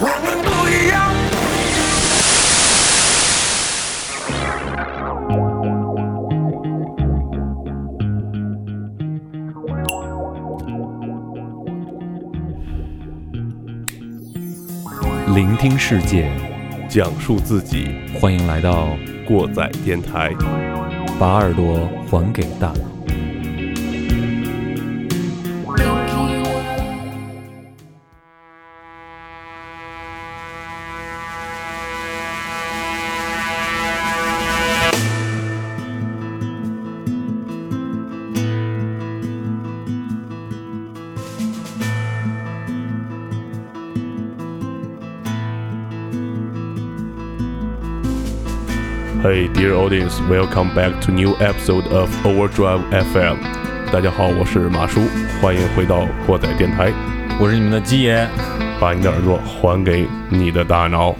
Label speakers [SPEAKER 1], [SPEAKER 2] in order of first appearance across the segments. [SPEAKER 1] 我们不一样。
[SPEAKER 2] 聆听世界，
[SPEAKER 3] 讲述自己，
[SPEAKER 2] 欢迎来到
[SPEAKER 3] 过载电台。
[SPEAKER 2] 把耳朵还给大脑。
[SPEAKER 3] Hey dear audience, welcome back to new episode of Overdrive FM。大家好，我是马叔，欢迎回到过载电台，
[SPEAKER 2] 我是你们的鸡爷。
[SPEAKER 3] 把你的耳朵还给你的大脑。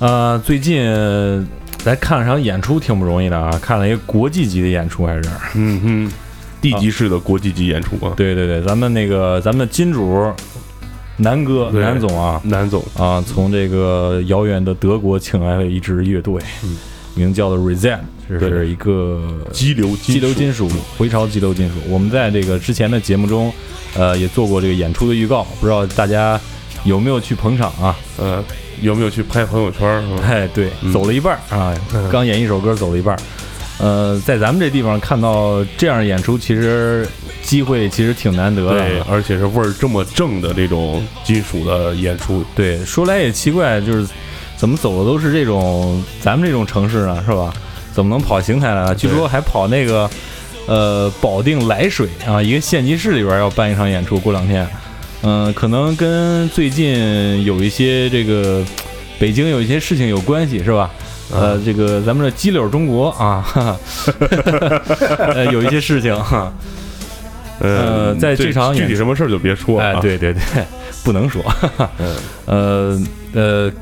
[SPEAKER 2] 呃，最近咱看了场演出，挺不容易的啊，看了一个国际级的演出，还是
[SPEAKER 3] 嗯哼，地级市的国际级演出啊，
[SPEAKER 2] 对对对，咱们那个咱们的金主南哥
[SPEAKER 3] 对
[SPEAKER 2] 南总啊
[SPEAKER 3] 南总，
[SPEAKER 2] 啊，从这个遥远的德国请来了一支乐队，名叫做 Resent，这嗯是
[SPEAKER 3] 对
[SPEAKER 2] 一个
[SPEAKER 3] 激流金属
[SPEAKER 2] 激流金属，回潮激流金属。我们在这个之前的节目中，呃，也做过这个演出的预告，不知道大家有没有去捧场啊？
[SPEAKER 3] 呃，有没有去拍朋友圈儿？ 嗯
[SPEAKER 2] 哎，对，走了一半儿啊，刚演一首歌走了一半儿。呃，在咱们这地方看到这样的演出，其实机会其实挺难得
[SPEAKER 3] 对
[SPEAKER 2] 的。，啊
[SPEAKER 3] 而且是味儿这么正的这种金属的演出，
[SPEAKER 2] 对，说来也奇怪，就是怎么走的都是这种咱们这种城市呢，是吧？怎么能跑邢台来呢？据说还跑那个呃保定涞水啊，一个县级市里边要办一场演出，过两天。嗯、可能跟最近有一些这个北京有一些事情有关系，是吧？呃，这个咱们的鸡柳中国啊， 哈哈呃，有一些事情哈，呃在这场演
[SPEAKER 3] 嗯具体什么事儿就别说
[SPEAKER 2] 哎
[SPEAKER 3] 啊，，
[SPEAKER 2] 对对对， 不能说，
[SPEAKER 3] 嗯，
[SPEAKER 2] 呃呃，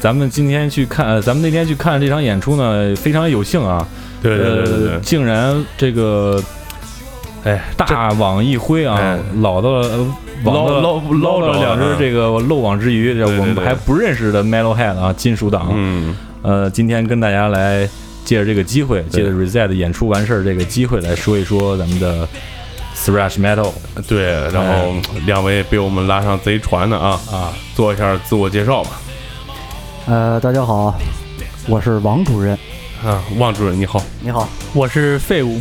[SPEAKER 2] 咱们今天去看，呃咱们那天去看这场演出呢，非常有幸啊，
[SPEAKER 3] 对对对对
[SPEAKER 2] 呃，
[SPEAKER 3] 对，
[SPEAKER 2] 竟然这个，哎，大网一挥啊
[SPEAKER 3] 哎，
[SPEAKER 2] 捞到了呃网
[SPEAKER 3] 捞
[SPEAKER 2] 到了
[SPEAKER 3] 捞
[SPEAKER 2] 捞
[SPEAKER 3] 捞着
[SPEAKER 2] 了两只
[SPEAKER 3] 了嗯
[SPEAKER 2] 这个漏网之鱼，这
[SPEAKER 3] 对对
[SPEAKER 2] 我们
[SPEAKER 3] 对
[SPEAKER 2] 还不认识的 Metal Head 啊，金属党，
[SPEAKER 3] 嗯，
[SPEAKER 2] 呃，今天跟大家来借着这个机会，借
[SPEAKER 3] 对
[SPEAKER 2] 着 Reset 演出完事儿这个机会来说一说咱们的 Thrash Metal
[SPEAKER 3] 对，然
[SPEAKER 4] 哎
[SPEAKER 3] 后两位被我们拉上贼船的啊，
[SPEAKER 2] 啊，
[SPEAKER 3] 做一下自我介绍吧。
[SPEAKER 4] 呃，大家好，我是王主任。
[SPEAKER 3] 啊，王主任你好，
[SPEAKER 4] 你好，
[SPEAKER 5] 我是废物，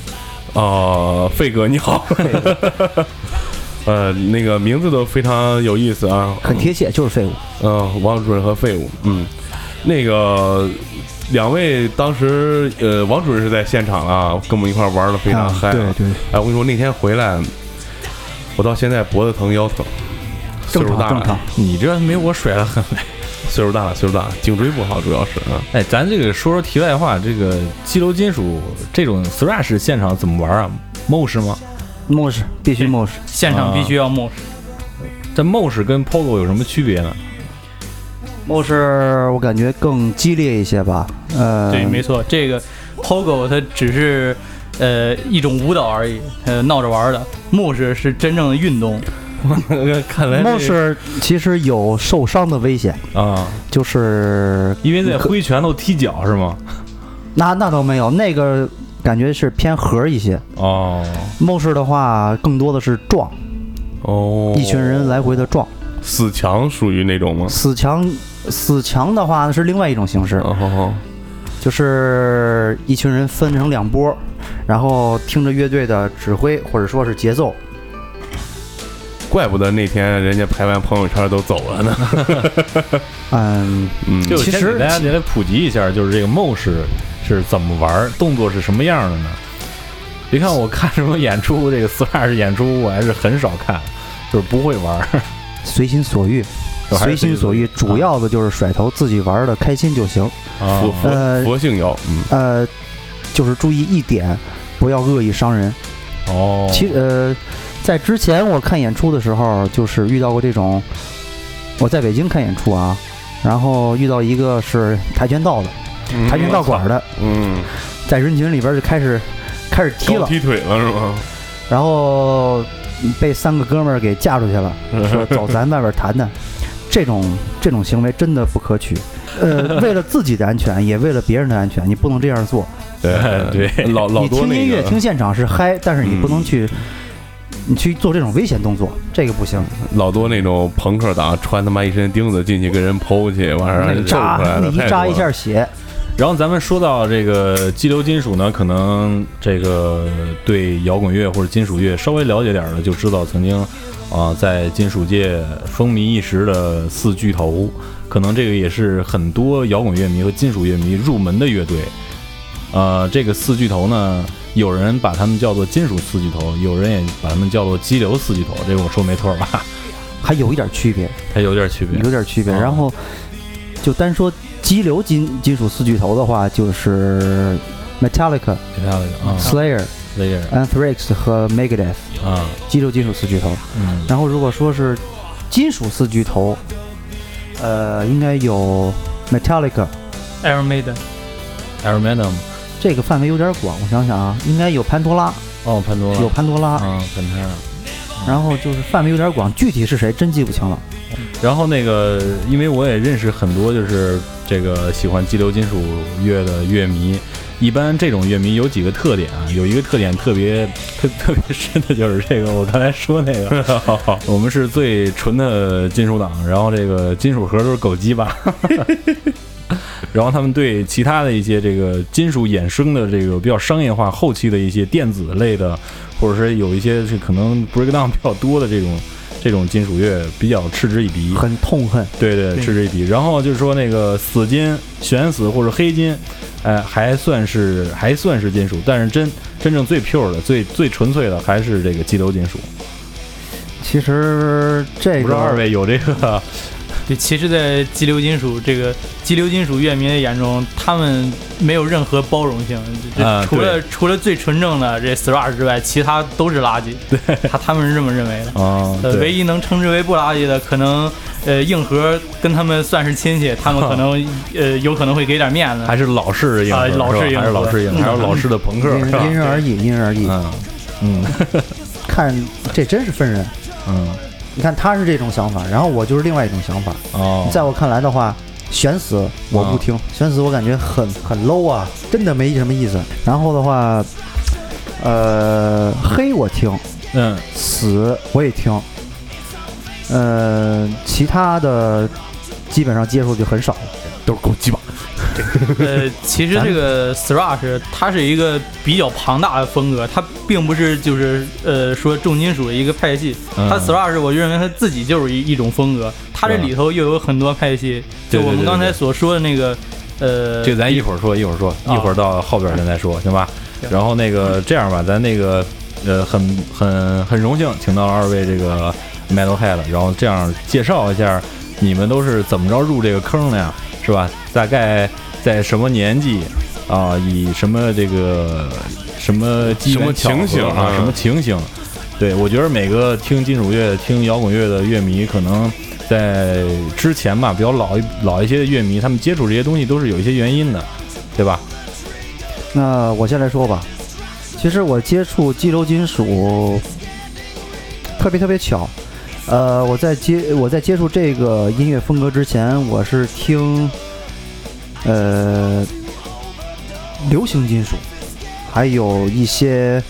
[SPEAKER 3] 呃，费哥你好， 呃，那个名字都非常有意思啊，
[SPEAKER 4] 很贴切，就是废物。
[SPEAKER 3] 嗯、王主任和废物，嗯，那个两位当时呃，王主任是在现场啊，跟我们一块儿玩的非常嗨、
[SPEAKER 4] 啊对对，
[SPEAKER 3] 哎，我跟你说，那天回来，我到现在脖子疼腰疼，岁
[SPEAKER 4] 正
[SPEAKER 3] 数
[SPEAKER 4] 常
[SPEAKER 3] 大
[SPEAKER 4] 正常
[SPEAKER 3] 了，。
[SPEAKER 2] 你这没我甩的狠。
[SPEAKER 3] 岁数大了，岁数大了，颈椎不好主要是啊。
[SPEAKER 2] 哎，咱这个说说题外话，这个激流金属这种 thrash 现场怎么玩啊？mosh 吗？
[SPEAKER 4] 漠视必须漠视。
[SPEAKER 5] 现场必须要默视。
[SPEAKER 2] 这 mosh 跟 pogo 有什么区别呢？
[SPEAKER 4] 漠视我感觉更激烈一些吧。
[SPEAKER 2] 嗯
[SPEAKER 4] 呃，
[SPEAKER 5] 对，没错，这个 Pogo 它只是呃一种舞蹈而已，呃闹着玩儿的。默视是真正的运动，
[SPEAKER 2] 看来
[SPEAKER 4] 漠视其实有受伤的危险，
[SPEAKER 2] 啊，
[SPEAKER 4] 就是
[SPEAKER 2] 因为在挥拳头踢脚是吗？
[SPEAKER 4] 那那倒没有，那个感觉是偏和一些。
[SPEAKER 2] 哦
[SPEAKER 4] 漠视的话，更多的是撞，
[SPEAKER 3] 哦，
[SPEAKER 4] 一群人来回的撞。
[SPEAKER 3] 死墙属于那种吗？
[SPEAKER 4] 死墙，死墙的话是另外一种形式，
[SPEAKER 3] 哦吼吼
[SPEAKER 4] 就是一群人分成两波，然后听着乐队的指挥或者说是节奏，
[SPEAKER 3] 怪不得那天人家拍完朋友圈都走了呢。
[SPEAKER 4] 嗯，
[SPEAKER 3] 嗯，
[SPEAKER 2] 就
[SPEAKER 4] 其
[SPEAKER 2] 先
[SPEAKER 4] 实
[SPEAKER 2] 给大家来普及一下，就是这个 mosh 是怎么玩，动作是什么样的呢？别看我看什么演出，这个 thrash 演出我还是很少看，就是不会玩。
[SPEAKER 4] 随心所欲，
[SPEAKER 2] 就还是
[SPEAKER 4] 随心所
[SPEAKER 2] 随
[SPEAKER 4] 欲，
[SPEAKER 2] 心所欲
[SPEAKER 4] 主要的就是甩头，自己玩的开心就行。
[SPEAKER 2] 啊
[SPEAKER 3] 佛佛
[SPEAKER 4] 呃
[SPEAKER 3] 佛性摇，嗯，
[SPEAKER 4] 呃，就是注意一点，不要恶意伤人。
[SPEAKER 2] 哦，
[SPEAKER 4] 其呃，在之前我看演出的时候，就是遇到过这种，我在北京看演出啊，然后遇到一个是跆拳道的，跆拳道馆的，
[SPEAKER 3] 嗯，
[SPEAKER 4] 在人群里边就开始开始踢
[SPEAKER 3] 高
[SPEAKER 4] 了，
[SPEAKER 3] 踢腿了是吗？
[SPEAKER 4] 然后被三个哥们儿给架出去了，
[SPEAKER 3] 嗯
[SPEAKER 4] 说走，咱外边 谈谈。这种这种行为真的不可取，呃，为了自己的安全，也为了别人的安全，你不能这样做。
[SPEAKER 3] 对
[SPEAKER 2] 对
[SPEAKER 3] 老老
[SPEAKER 4] 你
[SPEAKER 3] 多
[SPEAKER 4] 听
[SPEAKER 3] 那
[SPEAKER 4] 音乐、
[SPEAKER 3] 个嗯
[SPEAKER 4] 听现场是嗨，但是你不能去，你去做这种危险动作，这个不行。
[SPEAKER 3] 老多那种朋克党啊穿他妈一身钉子进去跟人剖去，完事儿让
[SPEAKER 4] 那
[SPEAKER 3] 人
[SPEAKER 4] 一
[SPEAKER 3] 揍
[SPEAKER 4] 扎
[SPEAKER 3] 出来，的，
[SPEAKER 4] 那
[SPEAKER 3] 太
[SPEAKER 4] 一
[SPEAKER 3] 多
[SPEAKER 4] 扎一
[SPEAKER 3] 了
[SPEAKER 4] 下血，
[SPEAKER 2] 然后咱们说到这个激流金属呢，可能这个对摇滚乐或者金属乐稍微了解点儿的就知道，曾经啊、在金属界风靡一时的四巨头，可能这个也是很多摇滚乐迷和金属乐迷入门的乐队。呃，这个四巨头呢，有人把他们叫做金属四巨头，有人也把他们叫做激流四巨头，这个我说没错吧？
[SPEAKER 4] 还有一点区别，
[SPEAKER 2] 它有点区别
[SPEAKER 4] 有。点区
[SPEAKER 3] 哦
[SPEAKER 4] 别。
[SPEAKER 2] 嗯
[SPEAKER 4] 然后就单说激流金金属四巨头的话，就是
[SPEAKER 3] 哦
[SPEAKER 4] Metallica、
[SPEAKER 2] 给他那个啊，
[SPEAKER 4] Slayer、
[SPEAKER 2] 这个
[SPEAKER 4] Anthrax 和 Megadeth
[SPEAKER 2] 啊，
[SPEAKER 4] 激流金属四巨头。
[SPEAKER 2] 嗯，
[SPEAKER 4] 然后如果说是金属四巨头，呃，应该有 Metallica。
[SPEAKER 5] Iron Maiden，
[SPEAKER 2] a r m a n u m
[SPEAKER 4] 这个范围有点广，我想想啊，应该有潘多拉，
[SPEAKER 2] 哦，潘多拉
[SPEAKER 4] 有潘多拉，
[SPEAKER 2] 啊，潘多拉。
[SPEAKER 4] 然后就是范围有点广，具体是谁真记不清了。
[SPEAKER 2] 然后那个，因为我也认识很多就是这个喜欢激流金属乐的乐迷，一般这种乐迷有几个特点啊，有一个特点特别 特特别深的就是这个，我刚才说那个，我们是最纯的金属党，然后这个金属盒都是狗鸡巴。 然后他们对其他的一些这个金属衍生的这个比较商业化后期的一些电子类的，或者是有一些是可能 breakdown 比较多的这种这种金属乐比较嗤之以鼻，
[SPEAKER 4] 很痛恨，
[SPEAKER 2] 对对，嗤之以鼻。然后就是说那个死金、悬死或者黑金，哎、还算是还算是金属，但是真真正最 pure 的、最最纯粹的还是这个激流金属。
[SPEAKER 4] 其实这
[SPEAKER 2] 不知道二
[SPEAKER 4] 个
[SPEAKER 2] 位有这个
[SPEAKER 5] 哎对，其实，在激流金属这个激流金属乐迷的眼中，他们没有任何包容性，这
[SPEAKER 2] 啊
[SPEAKER 5] 这除了、
[SPEAKER 2] 对
[SPEAKER 5] 除了最纯正的这 thrash 之外，其他都是垃圾。对，他他们是这么认为的。
[SPEAKER 2] 啊，
[SPEAKER 5] 呃，唯
[SPEAKER 2] 对，
[SPEAKER 5] 一能称之为不垃圾的，可能呃硬核跟他们算是亲戚，他们 可能呃有可能会给点面子。
[SPEAKER 2] 还是老式硬核
[SPEAKER 5] 啊
[SPEAKER 2] 是吧
[SPEAKER 5] 老式硬核
[SPEAKER 2] 还是老式硬核，
[SPEAKER 5] 嗯
[SPEAKER 2] 还有老式的朋克，
[SPEAKER 4] 因
[SPEAKER 2] 是吧
[SPEAKER 4] 因人而异，因人而异。
[SPEAKER 2] 嗯嗯
[SPEAKER 4] 看这真是分人，
[SPEAKER 2] 嗯
[SPEAKER 4] 你看他是这种想法，然后我就是另外一种想法。
[SPEAKER 2] 哦，
[SPEAKER 4] 在我看来的话，悬死我不听，悬死我感觉很很 low 啊，真的没什么意思。然后的话，呃，黑我听，
[SPEAKER 2] 嗯
[SPEAKER 4] 死我也听，呃，其他的基本上接触就很少了。
[SPEAKER 3] 都是狗鸡巴，
[SPEAKER 5] 呃，其实这个 thrash 它是一个比较庞大的风格，它并不是就是呃说重金属的一个派系。
[SPEAKER 2] 嗯
[SPEAKER 5] 它 thrash 我认为它自己就是一一种风格，它这里头又有很多派系。
[SPEAKER 2] 对
[SPEAKER 5] 就我
[SPEAKER 2] 对对
[SPEAKER 5] 们
[SPEAKER 2] 对
[SPEAKER 5] 刚才所说的那个，呃，
[SPEAKER 2] 这个咱一会儿说，一会儿说，
[SPEAKER 5] 啊
[SPEAKER 2] 一会儿到后边儿咱再说，行吧？
[SPEAKER 5] 行
[SPEAKER 2] 然后那个这样吧，咱那个呃，很很很荣幸请到了二位这个 Metalhead，然后这样介绍一下你们都是怎么着入这个坑的呀，是吧？大概在什么年纪啊？以什么这个什么机缘
[SPEAKER 3] 什么情
[SPEAKER 2] 巧合
[SPEAKER 3] 形
[SPEAKER 2] 啊？
[SPEAKER 3] 啊
[SPEAKER 2] 什么情形？对，我觉得每个听金属乐、听摇滚乐的乐迷，可能在之前吧，比较老一老一些的乐迷，他们接触这些东西都是有一些原因的，对吧？
[SPEAKER 4] 那我先来说吧，其实我接触激流金属特别特别巧，呃，我在接我在接触这个音乐风格之前，我是听呃流行金属，还有一些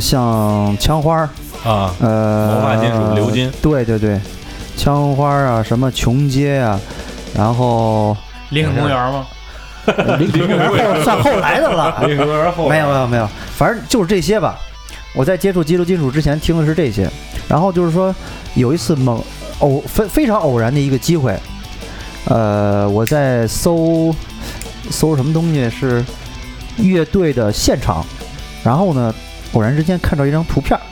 [SPEAKER 4] 像枪花儿，
[SPEAKER 2] 啊，
[SPEAKER 4] 呃，
[SPEAKER 2] 魔法金属鎏金，
[SPEAKER 4] 对对对，枪花儿啊，什么琼街啊，然 后
[SPEAKER 5] 林肯公园吗？
[SPEAKER 4] 林肯公园后算后来的了，
[SPEAKER 2] 那个后
[SPEAKER 4] 没有没有没有，反正就是这些吧。我在接触激流金属之前听的是这些，然后就是说有一次猛偶非非常偶然的一个机会，呃，我在搜搜什么东西是乐队的现场，然后呢，偶然之间看到一张图片儿，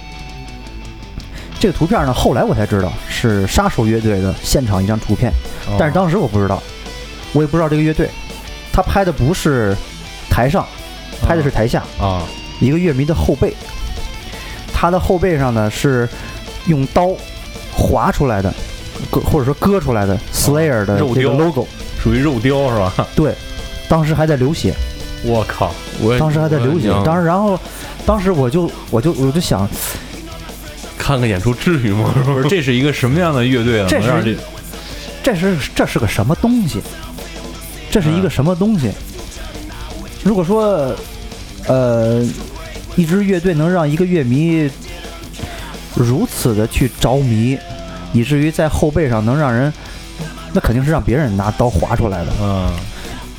[SPEAKER 4] 这个图片儿呢，后来我才知道是杀手乐队的现场一张图片，但是当时我不知道，我也不知道这个乐队，他拍的不是台上，拍的是台下，
[SPEAKER 2] 啊
[SPEAKER 4] 一个乐迷的后背，他的后背上呢是用刀划出来的，割或者说割出来的 Slayer 的
[SPEAKER 2] 哦肉
[SPEAKER 4] 这个
[SPEAKER 2] 雕啊
[SPEAKER 4] logo，
[SPEAKER 2] 属于肉雕是吧？
[SPEAKER 4] 当时还在流血，
[SPEAKER 2] 我靠，
[SPEAKER 3] 我
[SPEAKER 4] 当时还在流行，当
[SPEAKER 3] 时
[SPEAKER 4] 时然后当时我就我就我就想，
[SPEAKER 3] 看个演出至于吗？
[SPEAKER 2] 不是这是一个什么样的乐队啊？
[SPEAKER 4] 这
[SPEAKER 2] 能让
[SPEAKER 4] 是这是这是个什么东西？这是一
[SPEAKER 2] 嗯
[SPEAKER 4] 个什么东西？如果说，呃，一支乐队能让一个乐迷如此的去着迷，以至于在后背上能让人，那肯定是让别人拿刀划出来的。
[SPEAKER 2] 嗯，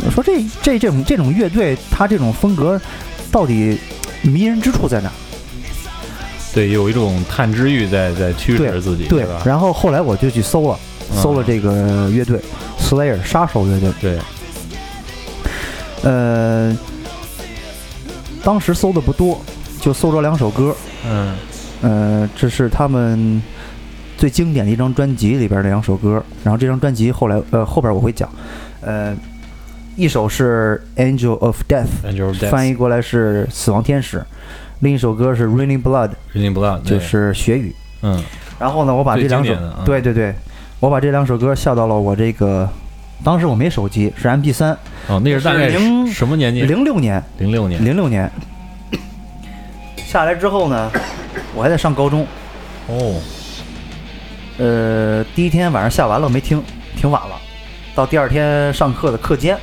[SPEAKER 4] 我说这这这种这种乐队，它这种风格到底迷人之处在哪？
[SPEAKER 2] 对，有一种探知欲在在驱使
[SPEAKER 4] 对
[SPEAKER 2] 自己，
[SPEAKER 4] 对
[SPEAKER 2] 吧，？
[SPEAKER 4] 然后后来我就去搜了，搜了
[SPEAKER 2] 嗯
[SPEAKER 4] 这个乐队、Slayer 杀手乐队，
[SPEAKER 2] 对，
[SPEAKER 4] 呃，当时搜的不多，就搜着两首歌，
[SPEAKER 2] 嗯
[SPEAKER 4] 呃，这是他们最经典的一张专辑里边的两首歌，然后这张专辑后来呃后边我会讲，呃，一首是《Angel of Death
[SPEAKER 2] 那就是》，
[SPEAKER 4] 翻
[SPEAKER 2] 译
[SPEAKER 4] 译过来是《死亡天使》，另一首歌是《Raining Blood》，
[SPEAKER 2] 人 b l o
[SPEAKER 4] 就是血雨。
[SPEAKER 2] 嗯，
[SPEAKER 4] 然后呢，我把这两首
[SPEAKER 2] 最经典的啊，
[SPEAKER 4] 对对对，我把这两首歌下到了我这个，当时我没手机，是 MP 三，
[SPEAKER 2] 哦，那是大概
[SPEAKER 5] 是
[SPEAKER 2] 是
[SPEAKER 5] 零
[SPEAKER 2] 什么年纪？
[SPEAKER 4] 零六年，
[SPEAKER 2] 零六年，
[SPEAKER 4] 零六年下来之后呢，我还在上高中，
[SPEAKER 2] 哦，
[SPEAKER 4] 呃，第一天晚上下完了没听，挺晚了，到第二天上课的课间，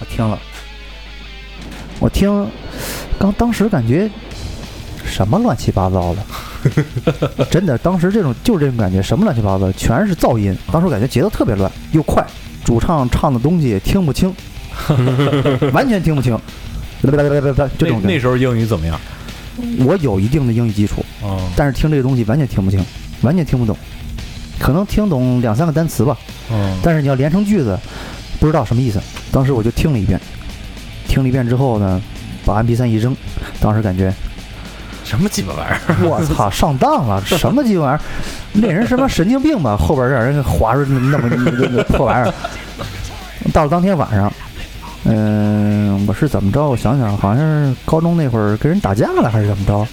[SPEAKER 4] 我听了，我听，刚当时感觉什么乱七八糟的，真的，当时这种就是这种感觉，什么乱七八糟，全是噪音，当时我感觉节奏特别乱又快，主唱唱的东西也听不清，完全听不清，就这种
[SPEAKER 2] 那那
[SPEAKER 4] 感觉。
[SPEAKER 2] 时候英语怎么样？
[SPEAKER 4] 我有一定的英语基础，
[SPEAKER 2] 哦
[SPEAKER 4] 但是听这个东西完全听不清，完全听不懂，可能听懂两三个单词吧，
[SPEAKER 2] 哦，
[SPEAKER 4] 但是你要连成句子，不知道什么意思。当时我就听了一遍，听了一遍之后呢，把 MP 3一扔，当时感觉
[SPEAKER 2] 什么鸡巴玩意儿？
[SPEAKER 4] 我操上当了，什么鸡巴玩意儿？那人什么神经病吧？后边让人给划出那么那那那破玩意儿。到了当天晚上，嗯、我是怎么着？我想想，好像是高中那会儿跟人打架了，还是怎么着？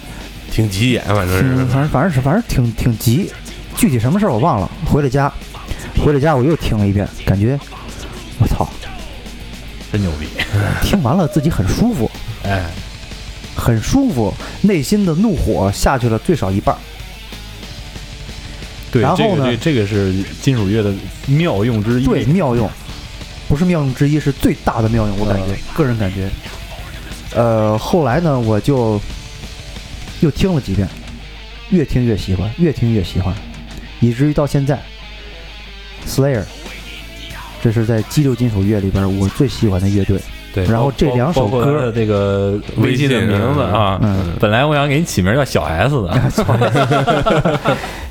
[SPEAKER 3] 挺急眼，反正
[SPEAKER 4] 嗯，
[SPEAKER 3] 是
[SPEAKER 4] 反正反正是反正挺挺急，具体什么事儿我忘了。回了家，回了家我又听了一遍，感觉我操，
[SPEAKER 2] 真牛逼！
[SPEAKER 4] 听完了自己很舒服，
[SPEAKER 2] 哎，
[SPEAKER 4] 很舒服，内心的怒火下去了最少一半儿。
[SPEAKER 2] 对，
[SPEAKER 4] 然后
[SPEAKER 2] 这个
[SPEAKER 4] 呢
[SPEAKER 2] 对这个是金属乐的妙用之一。
[SPEAKER 4] 对，妙用，不是妙用之一，是最大的妙用，我感觉，个人感觉。呃，后来呢，我就又听了几遍，越听越喜欢，越听越喜欢，以至于到现在，Slayer，这是在激流金属乐里边儿我最喜欢的乐队。
[SPEAKER 2] 对，
[SPEAKER 4] 然后这两首歌
[SPEAKER 2] 的这个微信的名字啊，
[SPEAKER 4] 嗯
[SPEAKER 2] 本来我想给你起名叫小 S 的，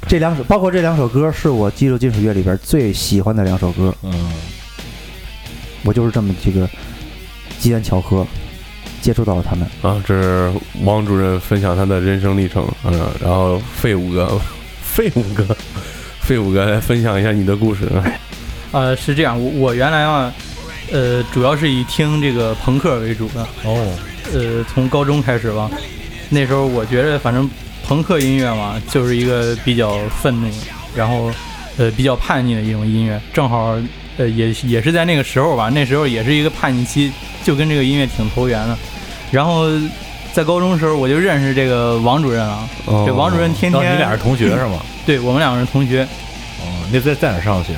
[SPEAKER 4] 这两首，包括这两首歌，是我激流金属乐里边儿最喜欢的两首歌。
[SPEAKER 2] 嗯，
[SPEAKER 4] 我就是这么这个机缘巧合接触到了他们。
[SPEAKER 3] 啊，这是王主任分享他的人生历程，嗯，然后废五哥，废五哥，废五哥来分享一下你的故事，啊
[SPEAKER 5] 呃，是这样，我我原来啊，呃，主要是以听这个朋克为主的，
[SPEAKER 2] 哦，
[SPEAKER 5] 呃，从高中开始吧，那时候我觉得反正朋克音乐嘛，就是一个比较愤怒，然后呃比较叛逆的一种音乐，正好呃也也是在那个时候吧，那时候也是一个叛逆期，就跟这个音乐挺投缘的。然后在高中的时候我就认识这个王主任了，
[SPEAKER 3] 哦
[SPEAKER 5] 这王主任天
[SPEAKER 2] 然后
[SPEAKER 5] 天
[SPEAKER 2] 你俩是同学是吗？
[SPEAKER 5] 对我们两个人同学，
[SPEAKER 2] 哦，那在在哪上的学？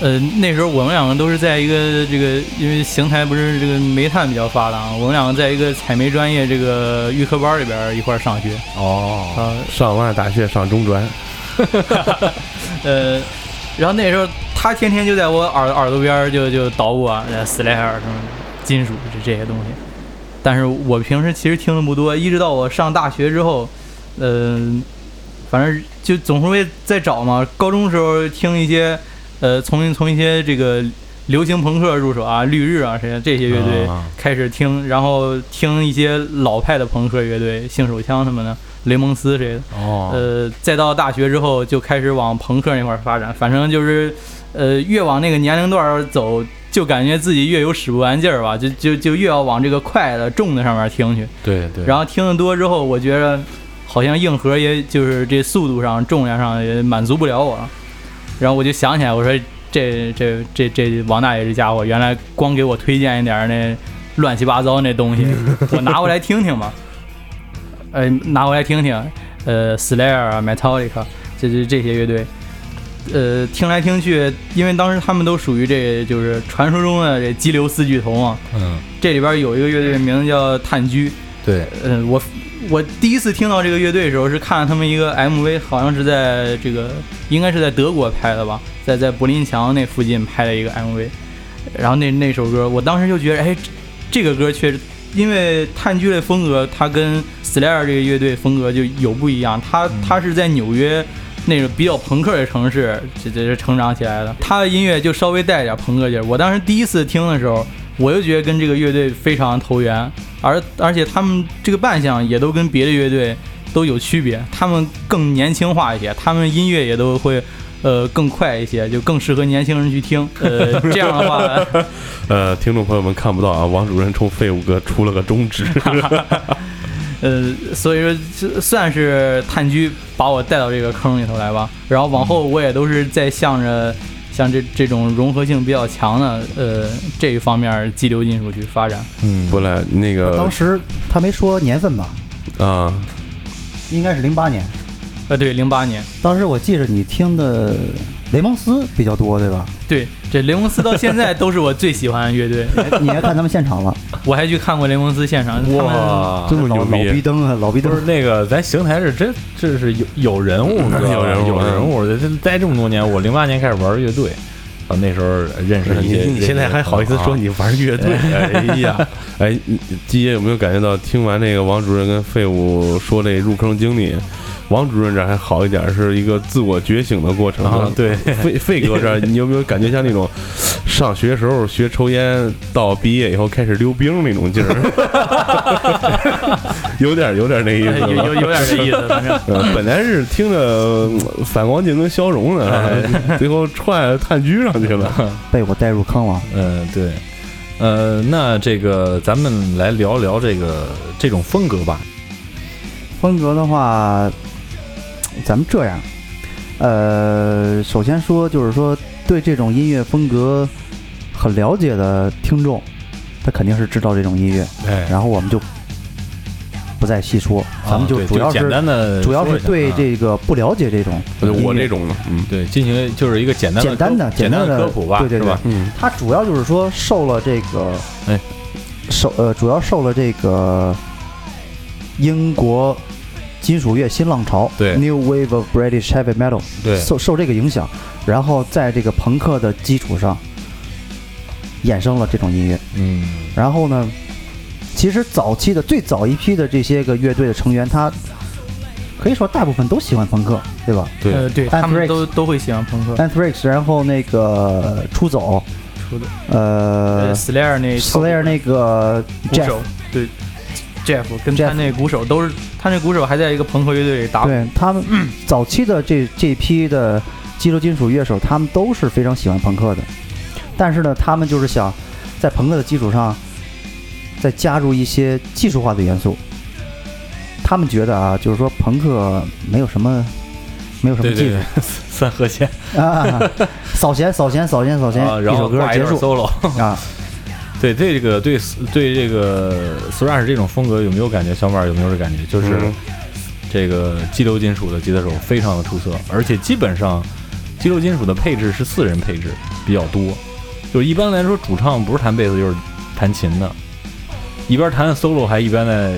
[SPEAKER 5] 呃，那时候我们两个都是在一个这个，因为邢台不是这个煤炭比较发达，我们两个在一个采煤专业这个预科班里边儿一块儿上学
[SPEAKER 2] 哦，
[SPEAKER 5] 啊，
[SPEAKER 3] 上万大学上中专，
[SPEAKER 5] 呃，然后那时候他天天就在我耳耳朵边儿就就捣鼓啊，呃，Slayer 什么金属这这些东西，但是我平时其实听的不多，一直到我上大学之后，嗯、反正就总是会在找嘛。高中时候听一些，呃，从从一些这个流行朋克入手啊，绿日啊，谁这些乐队
[SPEAKER 2] 啊
[SPEAKER 5] 开始听，然后听一些老派的朋克乐队，性手枪什么的，雷蒙斯谁的。
[SPEAKER 2] 哦，
[SPEAKER 5] 呃，再到大学之后就开始往朋克那块儿发展，反正就是，呃，越往那个年龄段儿走，就感觉自己越有使不完劲儿吧，就就就越要往这个快的、重的上面听去。
[SPEAKER 2] 对对
[SPEAKER 5] 然后听得多之后，我觉着好像硬核，也就是这速度上、重量上也满足不了我了。然后我就想起来，我说这这这这王大爷这家伙，原来光给我推荐一点儿那乱七八糟那东 西，我拿过来听听嘛。呃，拿过来听听，呃，Slayer 啊，Metallica，这这这些乐队，呃，听来听去，因为当时他们都属于这就是传说中的这激流四巨头嘛。
[SPEAKER 2] 嗯，
[SPEAKER 5] 这里边有一个乐队名字叫炭疽，
[SPEAKER 2] 对，
[SPEAKER 5] 嗯，我我第一次听到这个乐队的时候是看了他们一个 MV，好像是在这个应该是在德国拍的吧，在在柏林墙那附近拍的一个 MV，然后那那首歌，我当时就觉得，哎，这这个歌确实，因为炭疽的风格，它跟 Slayer 这个乐队风格就有不一样，它它是在纽约。那种比较朋克的城市，这这这成长起来的，他的音乐就稍微带一点朋克劲儿。我当时第一次听的时候，我就觉得跟这个乐队非常投缘，而而且他们这个扮相也都跟别的乐队都有区别，他们更年轻化一些，他们音乐也都会。呃，更快一些，就更适合年轻人去听。呃，这样的话，
[SPEAKER 3] 呃，听众朋友们看不到啊，王主任冲废物哥出了个中指，
[SPEAKER 5] 呃，所以说这算是炭疽把我带到这个坑里头来吧。然后
[SPEAKER 4] 嗯
[SPEAKER 5] 往后我也都是在向着像这这种融合性比较强的呃这一方面激流金属去发展。
[SPEAKER 2] 嗯，
[SPEAKER 3] 不来那个
[SPEAKER 4] 当时他没说年份吧？
[SPEAKER 3] 啊，
[SPEAKER 4] 应该是零八年。
[SPEAKER 5] 呃，对，零八年，
[SPEAKER 4] 当时我记着你听的雷蒙斯比较多，对 吧？
[SPEAKER 5] 对，这雷蒙斯到现在都是我最喜欢的乐队，
[SPEAKER 4] 你还看他们现场了？
[SPEAKER 5] 我还去看过雷蒙斯现场。他们
[SPEAKER 2] 哇
[SPEAKER 4] 真，是老
[SPEAKER 3] 牛
[SPEAKER 4] 老
[SPEAKER 3] 逼
[SPEAKER 4] 逼灯啊，老逼
[SPEAKER 2] 不是
[SPEAKER 4] 灯！
[SPEAKER 2] 那个，咱邢台是真，这是有有人物，你知道吧
[SPEAKER 3] 有人物
[SPEAKER 2] 有人物。这这待这么多年，我零八年开始玩乐队，啊，那时候认识一些。啊
[SPEAKER 3] 你现在还好意思说
[SPEAKER 2] 你？
[SPEAKER 3] 你玩乐队？哎 呀，哎，你季爷有没有感觉到听完这个王主任跟废物说这入坑经历？王主任这还好一点，是一个自我觉醒的过程
[SPEAKER 2] 啊，对，
[SPEAKER 3] 费费哥这儿，你有没有感觉像那种上学时候学抽烟，到毕业以后开始溜冰那种劲 儿？ 有 点有点那意
[SPEAKER 5] 哎
[SPEAKER 2] 哎
[SPEAKER 5] 有
[SPEAKER 3] 思。
[SPEAKER 5] 有有点这意思，反正
[SPEAKER 3] 呃本来是听着呃反光镜跟消融 呢，最后踹炭疽上去了。
[SPEAKER 4] 被我带入坑了。
[SPEAKER 2] 嗯，对，呃，那这个咱们来聊聊这个这种风格吧。
[SPEAKER 4] 风格的话，咱们这样，呃，首先说就是说对这种音乐风格很了解的听众，他肯定是知道这种音乐，
[SPEAKER 2] 哎，
[SPEAKER 4] 然后我们就不再细说，咱们
[SPEAKER 2] 啊对
[SPEAKER 4] 主要
[SPEAKER 2] 简
[SPEAKER 4] 是、
[SPEAKER 2] 单的，
[SPEAKER 4] 主要是对。
[SPEAKER 2] 啊
[SPEAKER 4] 这个不了解这种音乐
[SPEAKER 3] 我这种的，嗯
[SPEAKER 2] 对，进行就是一个简单的
[SPEAKER 4] 简单的
[SPEAKER 2] 科简
[SPEAKER 4] 单
[SPEAKER 2] 单
[SPEAKER 4] 的
[SPEAKER 2] 科普吧，
[SPEAKER 4] 对对
[SPEAKER 2] 是
[SPEAKER 4] 对
[SPEAKER 2] 吧？，
[SPEAKER 3] 嗯，
[SPEAKER 4] 它主要就是说受了这个，
[SPEAKER 2] 哎，
[SPEAKER 4] 受呃主要受了这个英国金属乐新浪潮，
[SPEAKER 2] 对
[SPEAKER 4] ，New Wave of British Heavy Metal，
[SPEAKER 2] 对
[SPEAKER 4] 受受这个影响，然后在这个朋克的基础上衍生了这种音乐。
[SPEAKER 2] 嗯，
[SPEAKER 4] 然后呢，其实早期的最早一批的这些个乐队的成员，他可以说大部分都喜欢朋克，对吧
[SPEAKER 3] 对
[SPEAKER 5] 呃，对
[SPEAKER 4] Anthrax
[SPEAKER 5] 他们都都会喜欢朋克。
[SPEAKER 4] ？Anthrax，然后那个出走，
[SPEAKER 5] 出的
[SPEAKER 4] 呃
[SPEAKER 5] 呃，Slayer 那
[SPEAKER 4] Slayer 那个
[SPEAKER 5] 鼓
[SPEAKER 4] Jeff
[SPEAKER 5] 手，对，Jeff 跟
[SPEAKER 4] Jeff
[SPEAKER 5] 他那鼓手都是，他那鼓手还在一个朋克乐队里打鼓。
[SPEAKER 4] 对他们
[SPEAKER 2] 嗯
[SPEAKER 4] 早期的这这批的激流金属乐手，他们都是非常喜欢朋克的，但是呢，他们就是想在朋克的基础上再加入一些技术化的元素。他们觉得啊，就是说朋克没有什么，没有什么
[SPEAKER 2] 对
[SPEAKER 4] 技
[SPEAKER 2] 对
[SPEAKER 4] 术
[SPEAKER 2] 对， 三和弦，
[SPEAKER 4] 啊， 扫弦扫弦扫弦扫弦
[SPEAKER 2] 啊，，
[SPEAKER 4] 哎一
[SPEAKER 2] 然
[SPEAKER 4] 首
[SPEAKER 2] 后
[SPEAKER 4] 歌
[SPEAKER 2] 挂一
[SPEAKER 4] 结
[SPEAKER 2] 段
[SPEAKER 4] 束
[SPEAKER 2] solo，
[SPEAKER 4] 啊。
[SPEAKER 2] 对对这个对对这个 thrash 这种风格有没有感觉？小马有没有这感觉？就
[SPEAKER 3] 就是
[SPEAKER 4] 嗯
[SPEAKER 3] 是
[SPEAKER 2] 这个激流金属的吉他手非常的出色，而且基本上激流金属的配置是四人配置比较多，就是一般来说主唱不是弹贝斯就是弹琴的，一边弹 solo 还一边在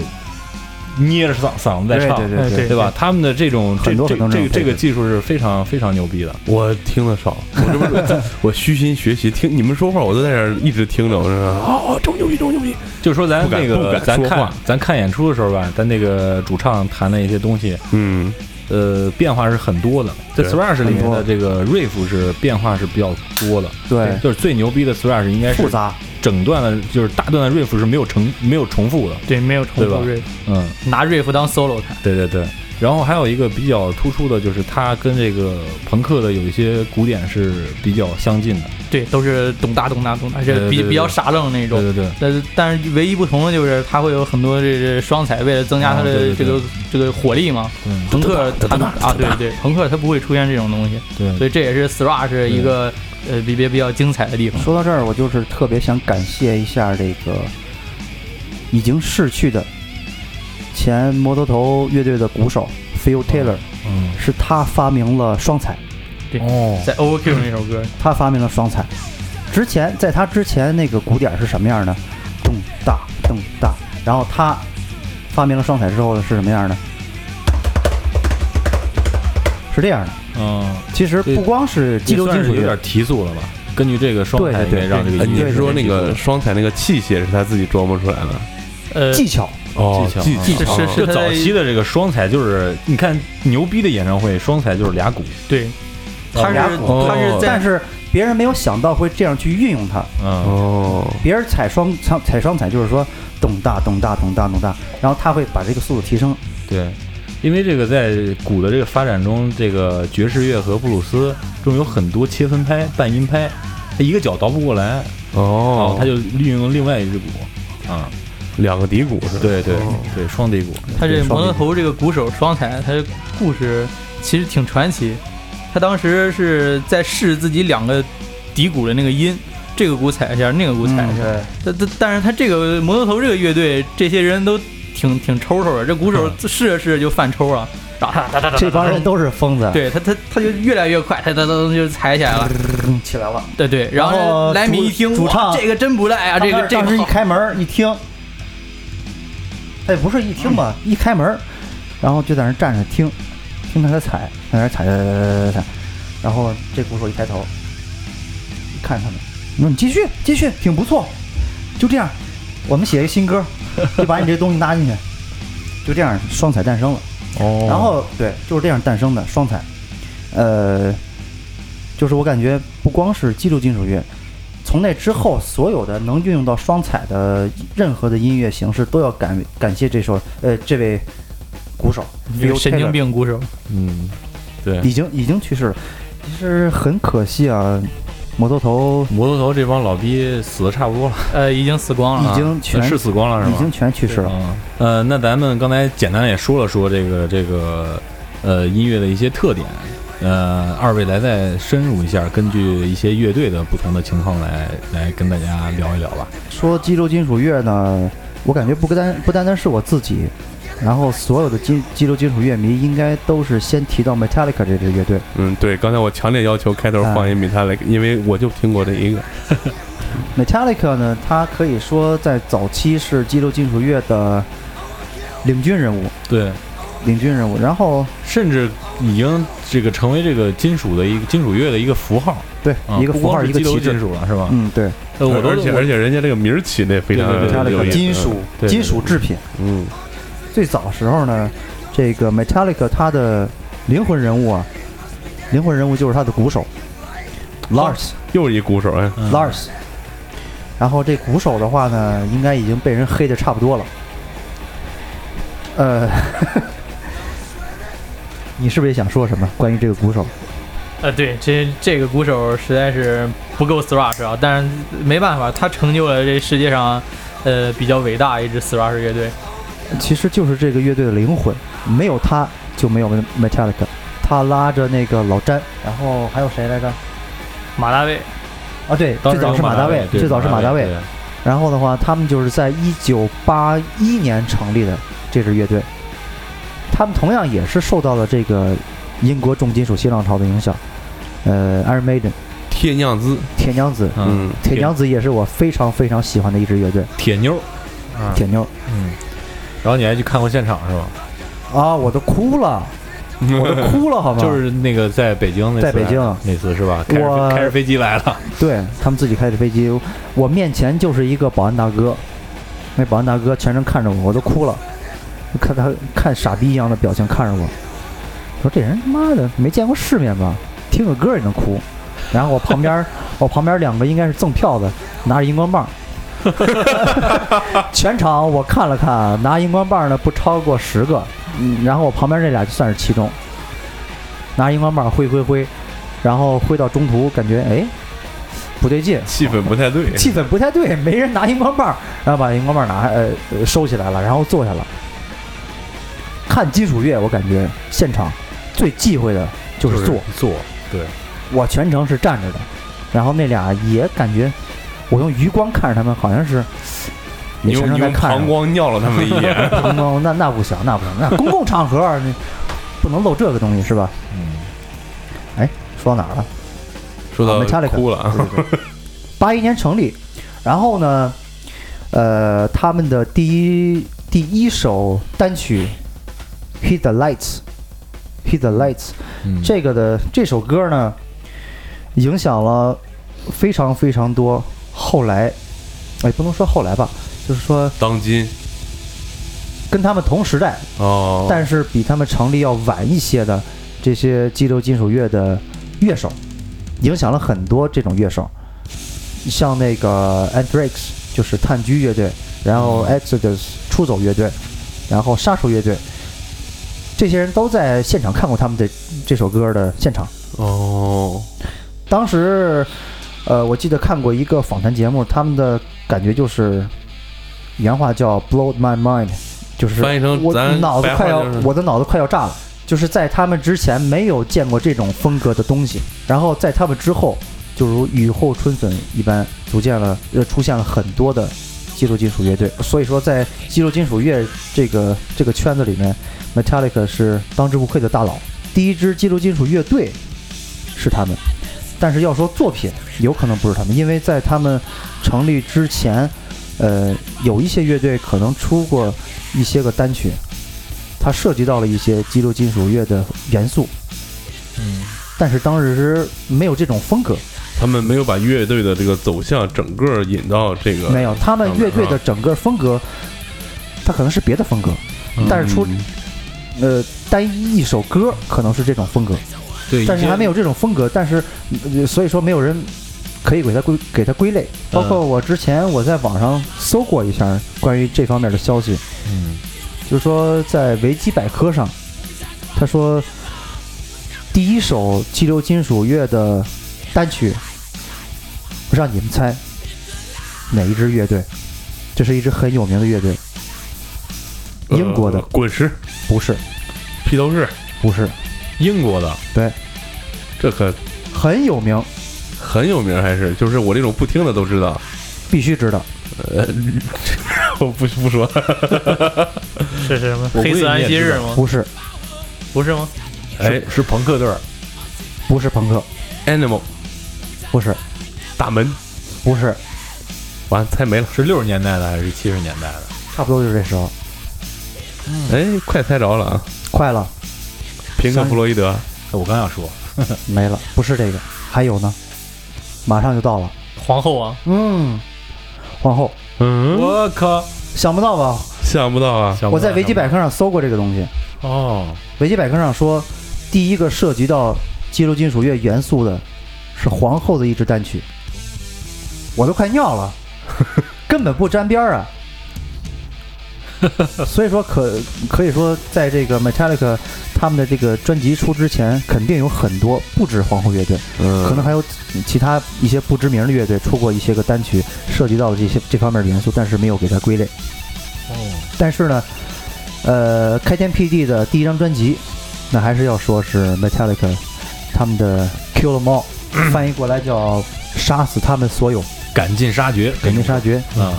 [SPEAKER 2] 捏着嗓嗓子在唱，
[SPEAKER 4] 对哎对对
[SPEAKER 5] 对
[SPEAKER 2] 吧？他们的这种这
[SPEAKER 4] 很多
[SPEAKER 2] 这
[SPEAKER 4] 很多
[SPEAKER 2] 这个
[SPEAKER 4] 这种配置
[SPEAKER 2] 这个技术是非常非常牛逼的，
[SPEAKER 3] 我听的少，我这不是 我虚心学习，听你们说话，我都在这儿一直听着，我说哦，这么牛逼，这么牛逼，
[SPEAKER 2] 就是说咱
[SPEAKER 3] 不敢
[SPEAKER 2] 那
[SPEAKER 3] 不
[SPEAKER 2] 个
[SPEAKER 3] 敢
[SPEAKER 2] 咱
[SPEAKER 3] 说
[SPEAKER 2] 看
[SPEAKER 3] 话
[SPEAKER 2] 咱看演出的时候吧，咱那个主唱弹的一些东西，
[SPEAKER 3] 嗯，
[SPEAKER 2] 呃，变化是很多的。在
[SPEAKER 3] 对
[SPEAKER 2] thrash 里面
[SPEAKER 4] 很多
[SPEAKER 2] 的这个 riff 是变化是比较多的，
[SPEAKER 4] 对，
[SPEAKER 2] 就是最牛逼的 thrash 应该是
[SPEAKER 4] 复杂，
[SPEAKER 2] 整段的，就是大段的 riff 是没有重没有重复的。
[SPEAKER 5] 对，没有重
[SPEAKER 2] 对吧
[SPEAKER 5] 复 riff，
[SPEAKER 2] 嗯，
[SPEAKER 5] 拿 riff 当 solo 看。
[SPEAKER 2] 对对对。然后还有一个比较突出的就是它跟这个朋克的有一些鼓点是比较相近的。
[SPEAKER 5] 对，都是咚哒咚哒咚哒，
[SPEAKER 2] 对
[SPEAKER 5] 这
[SPEAKER 2] 对
[SPEAKER 5] 比
[SPEAKER 2] 对
[SPEAKER 5] 比较傻愣那
[SPEAKER 2] 对
[SPEAKER 5] 种。
[SPEAKER 2] 对对，
[SPEAKER 5] 但是但是唯一不同的就是它会有很多这这双踩，为了增加它
[SPEAKER 2] 啊对
[SPEAKER 5] 的
[SPEAKER 2] 对
[SPEAKER 5] 这个这个火力嘛。
[SPEAKER 2] 嗯，
[SPEAKER 5] 朋克它啊，对对，朋克它不会出现这种东西，所
[SPEAKER 2] 对，
[SPEAKER 5] 以这也是 thrash 一
[SPEAKER 2] 嗯
[SPEAKER 5] 个呃比别比较精彩的地方。
[SPEAKER 4] 说到这儿，我就是特别想感谢一下这个已经逝去的前摩托头乐队的鼓手 Phil Taylor，、
[SPEAKER 2] 嗯，
[SPEAKER 4] 是他发明了双踩，
[SPEAKER 2] 哦，
[SPEAKER 5] 在 Overkill 那首歌，
[SPEAKER 4] 他发明了双踩。之前在他之前那个鼓点是什么样呢？咚哒咚哒，然后他发明了双踩之后是什么样呢？是这样的。
[SPEAKER 2] 嗯，
[SPEAKER 4] 其实
[SPEAKER 2] 对
[SPEAKER 4] 不光是激
[SPEAKER 2] 这
[SPEAKER 4] 流
[SPEAKER 2] 算
[SPEAKER 4] 金
[SPEAKER 2] 是
[SPEAKER 4] 属
[SPEAKER 2] 有
[SPEAKER 4] 乐
[SPEAKER 2] 点提速了吧？根据这个双排
[SPEAKER 4] 对
[SPEAKER 2] 应该
[SPEAKER 4] 对
[SPEAKER 2] 让这个
[SPEAKER 3] 呃
[SPEAKER 2] 音
[SPEAKER 3] 你
[SPEAKER 2] 乐
[SPEAKER 3] 是说那
[SPEAKER 2] 提速
[SPEAKER 3] 个
[SPEAKER 2] 了
[SPEAKER 3] 双踩那个器械是他自己琢磨出来的？
[SPEAKER 5] 呃，
[SPEAKER 4] 技巧，
[SPEAKER 3] 哦
[SPEAKER 2] 技巧嗯
[SPEAKER 3] 技
[SPEAKER 5] 是
[SPEAKER 3] 巧
[SPEAKER 5] 是
[SPEAKER 2] 就是早期的这个双踩就是，你看牛逼的演唱会，双踩就是俩鼓，
[SPEAKER 5] 对，他是
[SPEAKER 4] 俩
[SPEAKER 3] 鼓
[SPEAKER 5] 他是
[SPEAKER 3] 哦
[SPEAKER 4] 但
[SPEAKER 5] 在
[SPEAKER 4] 是别人没有想到会这样去运用它。
[SPEAKER 2] 嗯，
[SPEAKER 3] 哦，
[SPEAKER 4] 别人踩双踩踩双踩就是说咚大咚大咚大咚大，然后他会把这个速度提升。
[SPEAKER 2] 对，因为这个在鼓的这个发展中，这个爵士乐和布鲁斯中有很多切分拍、半音拍，他一个脚倒不过来，
[SPEAKER 3] 哦，
[SPEAKER 2] 他就利用另外一只鼓，啊，
[SPEAKER 3] 两个底鼓是吧？
[SPEAKER 2] 对对
[SPEAKER 3] 哦
[SPEAKER 2] 对，双底鼓，
[SPEAKER 5] 他这
[SPEAKER 4] 对
[SPEAKER 5] 摩
[SPEAKER 4] 双
[SPEAKER 5] 托头这个鼓手双踩，他的故事其实挺传奇。他当时是在试自己两个底鼓的那个音，这个鼓踩一下，那个鼓踩一下。
[SPEAKER 4] 嗯
[SPEAKER 5] 但但但是他这个摩托头这个乐队，这些人都挺挺抽抽的。这
[SPEAKER 4] 嗯
[SPEAKER 5] 鼓手试着试着就犯抽了，然后他他他
[SPEAKER 4] 这帮人都是疯子，
[SPEAKER 5] 对他他他就越来越快，他他他就踩起来了。
[SPEAKER 4] 嗯，起来了。
[SPEAKER 5] 对对，然
[SPEAKER 4] 然
[SPEAKER 5] 后
[SPEAKER 4] 后
[SPEAKER 5] 莱米
[SPEAKER 4] 主
[SPEAKER 5] 一听，
[SPEAKER 4] 主
[SPEAKER 5] 哇
[SPEAKER 4] 唱
[SPEAKER 5] 这个真不赖啊，这个这
[SPEAKER 4] 当时
[SPEAKER 5] 个
[SPEAKER 4] 一
[SPEAKER 5] 好。
[SPEAKER 4] 开门一听，哎，不是一听吧，
[SPEAKER 5] 嗯
[SPEAKER 4] 一开门，然后就在那站着听，听他的踩，在那踩踩踩踩踩，然后这鼓手一抬头，看他们，你说你继续继续，挺不错，就这样，我们写一个新歌， 就把你这东西拉进去，就这样双踩诞生了。
[SPEAKER 2] 哦
[SPEAKER 4] 然后对，就是这样诞生的双踩。呃，就是我感觉不光是基础金属乐，从那之后所有的能运用到双踩的任何的音乐形式，都要感感谢这首呃这位鼓手
[SPEAKER 5] 这个
[SPEAKER 4] Phil
[SPEAKER 5] 神经
[SPEAKER 4] Taylor
[SPEAKER 5] 病鼓手，
[SPEAKER 2] 嗯，对，
[SPEAKER 4] 已经已经去世了。其实很可惜啊，摩托头
[SPEAKER 2] 摩托头这帮老逼死的差不多了，
[SPEAKER 5] 呃，已经死光了
[SPEAKER 4] 已
[SPEAKER 5] 啊。
[SPEAKER 4] 经全、
[SPEAKER 2] 是死光了是
[SPEAKER 4] 已
[SPEAKER 2] 吗？
[SPEAKER 4] 经全去世了。
[SPEAKER 2] 嗯，呃，那咱们刚才简单地也说了说这个这个呃音乐的一些特点，呃，二位来再深入一下，根据一些乐队的不同的情况来来跟大家聊一聊吧。
[SPEAKER 4] 说肌肉金属乐呢，我感觉不单不单单是我自己，然后所有的金肌肉金属乐迷应该都是先提到 Metallica 这支乐队。
[SPEAKER 3] 嗯，对，刚才我强烈要求开头放一 Metallic，因为我就听过这一个。
[SPEAKER 4] Metallica 呢，它可以说在早期是肌肉金属乐的领军人物，
[SPEAKER 2] 对，
[SPEAKER 4] 领军人物。然后
[SPEAKER 2] 甚至已经这个成为这个金属的一个金属乐的一个符号，
[SPEAKER 4] 对、
[SPEAKER 2] 啊、
[SPEAKER 4] 一个
[SPEAKER 2] 不
[SPEAKER 4] 符
[SPEAKER 2] 光
[SPEAKER 4] 号
[SPEAKER 2] 是
[SPEAKER 4] 一个
[SPEAKER 2] 激流
[SPEAKER 4] 旗
[SPEAKER 2] 金
[SPEAKER 4] 帜，
[SPEAKER 2] 属了是吧？
[SPEAKER 4] 嗯，对
[SPEAKER 2] 呃，我都
[SPEAKER 3] 而且
[SPEAKER 2] 我
[SPEAKER 3] 而且人家这个名儿起的非常
[SPEAKER 2] 对对对
[SPEAKER 3] 有
[SPEAKER 4] ，Metallica
[SPEAKER 3] 意思
[SPEAKER 4] 金属
[SPEAKER 2] 对对对
[SPEAKER 4] 金属制品。
[SPEAKER 3] 嗯，
[SPEAKER 4] 最早时候呢，这个 Metallica 它的灵魂人物啊，灵魂人物就是他的鼓手 Lars。
[SPEAKER 3] 又是一鼓手哎，
[SPEAKER 2] 嗯
[SPEAKER 4] Lars。然后这鼓手的话呢，应该已经被人黑的差不多了。呃， 你是不是也想说什么关于这个鼓手？
[SPEAKER 5] 呃，对，这这个鼓手实在是不够 thrash 啊，但是没办法，他成就了这世界上，呃，比较伟大一支 thrash 乐队。
[SPEAKER 4] 其实就是这个乐队的灵魂，没有他就没有 Metallica。他拉着那个老詹，然后还有谁来着？
[SPEAKER 5] 马大卫，
[SPEAKER 4] 啊，对，
[SPEAKER 2] 当
[SPEAKER 4] 最
[SPEAKER 2] 时
[SPEAKER 4] 早
[SPEAKER 2] 有
[SPEAKER 4] 是马大卫，
[SPEAKER 2] 对
[SPEAKER 4] 最早是马大卫。
[SPEAKER 2] 对
[SPEAKER 4] 然后的话，他们就是在一九八一年成立的这支乐队，他们同样也是受到了这个英国重金属新浪潮的影响。呃，Iron Maiden、
[SPEAKER 3] 铁娘子，
[SPEAKER 4] 铁娘子，
[SPEAKER 2] 嗯，
[SPEAKER 3] 嗯，
[SPEAKER 4] 铁娘子也是我非常非常喜欢的一支乐队。
[SPEAKER 2] 铁妞，啊，
[SPEAKER 4] 铁妞
[SPEAKER 2] 嗯，然后你还去看过现场是吧？
[SPEAKER 4] 啊，我都哭了，我都哭了，好 吗？
[SPEAKER 2] 就是那个在北京那次，
[SPEAKER 4] 啊在北京
[SPEAKER 2] 那次是吧？开着
[SPEAKER 4] 我
[SPEAKER 2] 开着飞机来了，
[SPEAKER 4] 对他们自己开着飞机，我面前就是一个保安大哥，那保安大哥全程看着我，我都哭了，看他看傻逼一样的表情看着我，说这人他妈的没见过世面吧？听个歌也能哭。然后我旁边儿我旁边两个应该是赠票的，拿着荧光棒。 全场我看了看，拿荧光棒的不超过十个，嗯然后我旁边这俩就算是其中。拿荧光棒挥挥挥，然后挥到中途感觉哎不对劲，
[SPEAKER 3] 气氛不太对，
[SPEAKER 4] 气氛不太对，没人拿荧光棒，然后把荧光棒拿呃呃收起来了，然后坐下了。看金属乐，我感觉现场最忌讳的就是坐，
[SPEAKER 2] 坐，
[SPEAKER 4] 我全程是站着的，然后那俩也感觉我用余光看着他们，好像是
[SPEAKER 3] 你
[SPEAKER 4] 也全
[SPEAKER 3] 用
[SPEAKER 4] 程
[SPEAKER 3] 你
[SPEAKER 4] 在
[SPEAKER 3] 用
[SPEAKER 4] 看啊着
[SPEAKER 3] 膀胱尿了他们一 眼，
[SPEAKER 4] 公共那那不行，那不行，那公共场合儿你不能露这个东西是吧？
[SPEAKER 2] 嗯，
[SPEAKER 4] 哎，说到哪儿了？
[SPEAKER 3] 说
[SPEAKER 4] 啊
[SPEAKER 3] 到
[SPEAKER 4] ，Metallica
[SPEAKER 3] 哭了啊，
[SPEAKER 4] 八一年成立，然后呢，呃，他们的第一第一首单曲《Hit the Lights》，《Hit the Lights》
[SPEAKER 2] 嗯
[SPEAKER 4] 这个的这首歌呢，影响了非常非常多。后来，哎，不能说后来吧，就是说
[SPEAKER 3] 当今
[SPEAKER 4] 跟他们同时代，
[SPEAKER 3] 哦，
[SPEAKER 4] 但是比他们成立要晚一些的这些激流金属乐的乐手，影响了很多这种乐手，像那个 Anthrax 就是炭疽乐队，然后 Exodus 出走乐队，然后杀手乐队，这些人都在现场看过他们的这首歌的现场。
[SPEAKER 3] 哦，
[SPEAKER 4] 当时，呃，我记得看过一个访谈节目，他们的感觉就是，原话叫 “blow my mind”，就是
[SPEAKER 3] 翻译成
[SPEAKER 4] 我
[SPEAKER 3] 咱
[SPEAKER 4] 脑子
[SPEAKER 3] 白话
[SPEAKER 4] 快要
[SPEAKER 3] 就是，
[SPEAKER 4] 我的脑子快要炸了。就是在他们之前没有见过这种风格的东西，然后在他们之后，就如雨后春笋一般，逐渐了呃出现了很多的激流金属乐队。所以说，在激流金属乐这个这个圈子里面，Metallica 是当之无愧的大佬。第一支激流金属乐队是他们，但是要说作品，有可能不是他们，因为在他们成立之前，呃，有一些乐队可能出过一些个单曲，它涉及到了一些激流金属乐的元素，
[SPEAKER 2] 嗯
[SPEAKER 4] 但是当时没有这种风格，
[SPEAKER 3] 他们没有把乐队的这个走向整个引到这个
[SPEAKER 4] 没有他们乐
[SPEAKER 3] 这
[SPEAKER 4] 队
[SPEAKER 3] 样
[SPEAKER 4] 的整个风格，它可能是别的风格，但是出
[SPEAKER 3] 嗯
[SPEAKER 4] 呃，单一一首歌可能是这种风格，
[SPEAKER 2] 对，
[SPEAKER 4] 但是还没
[SPEAKER 2] 有
[SPEAKER 4] 有这种风格，但是、呃所以说没有人可以给它归给它归类。包括我之前我在网上搜过一下关于这方面的消息，
[SPEAKER 2] 嗯
[SPEAKER 4] 就是说在维基百科上，他说第一首激流金属乐的单曲，我让你们猜哪一支乐队？这是一支很有名的乐队，
[SPEAKER 3] 呃
[SPEAKER 4] 英国的
[SPEAKER 3] 滚石
[SPEAKER 4] 不是，
[SPEAKER 3] 披头士，
[SPEAKER 4] 不是，
[SPEAKER 2] 英国的
[SPEAKER 3] 这可
[SPEAKER 4] 很有名，
[SPEAKER 3] 很有名，还是就是我这种不听的都知 道。
[SPEAKER 4] 必须知道。
[SPEAKER 3] 呃，我不不说，
[SPEAKER 5] 是是什么
[SPEAKER 2] 我
[SPEAKER 5] 黑
[SPEAKER 2] 估计
[SPEAKER 5] 色
[SPEAKER 2] 你
[SPEAKER 5] 安
[SPEAKER 2] 也
[SPEAKER 5] 息
[SPEAKER 2] 知
[SPEAKER 5] 日
[SPEAKER 2] 道
[SPEAKER 5] 吗？
[SPEAKER 4] 不是，
[SPEAKER 5] 不是吗？
[SPEAKER 3] 哎
[SPEAKER 2] 是是朋克队儿，
[SPEAKER 4] 不是朋克，
[SPEAKER 3] ，Animal
[SPEAKER 4] 不是，
[SPEAKER 3] 大门，
[SPEAKER 4] 不是，
[SPEAKER 3] 完猜没了。
[SPEAKER 2] 是六十年代的还是七十年代的？
[SPEAKER 4] 差不多就是这时候，
[SPEAKER 3] 哎，
[SPEAKER 4] 嗯
[SPEAKER 3] 快猜着了啊！
[SPEAKER 4] 快了，
[SPEAKER 3] 平克·弗洛伊德，
[SPEAKER 2] 哎我刚想说，
[SPEAKER 4] 没了，不是这个，还有呢，马上就到了，
[SPEAKER 5] 皇后啊，
[SPEAKER 4] 嗯，皇后，
[SPEAKER 3] 嗯，
[SPEAKER 2] 我靠，
[SPEAKER 4] 想不到吧？
[SPEAKER 3] 想不到啊！
[SPEAKER 2] 想不
[SPEAKER 4] 我在
[SPEAKER 2] 到
[SPEAKER 4] 维基百科上搜过这个东西，
[SPEAKER 2] 哦，
[SPEAKER 4] 维基百科上说，第一个涉及到激流金属乐元素的是皇后的一支单曲，我都快尿了，根本不沾边儿啊。所以说可可以说，在这个 Metallica 他们的这个专辑出之前，肯定有很多不止皇后乐队，
[SPEAKER 3] 嗯，
[SPEAKER 4] 可能还有其他一些不知名的乐队出过一些个单曲，涉及到了这些这方面的元素，但是没有给它归类。
[SPEAKER 2] 哦，
[SPEAKER 4] 但是呢，呃，开天辟地的第一张专辑，那还是要说是 Metallica 他们的《Kill 了 e m All》，翻译
[SPEAKER 2] 嗯
[SPEAKER 4] 过来叫“杀死他们所有，
[SPEAKER 2] 赶尽杀绝，
[SPEAKER 4] 赶尽杀绝
[SPEAKER 2] 啊！”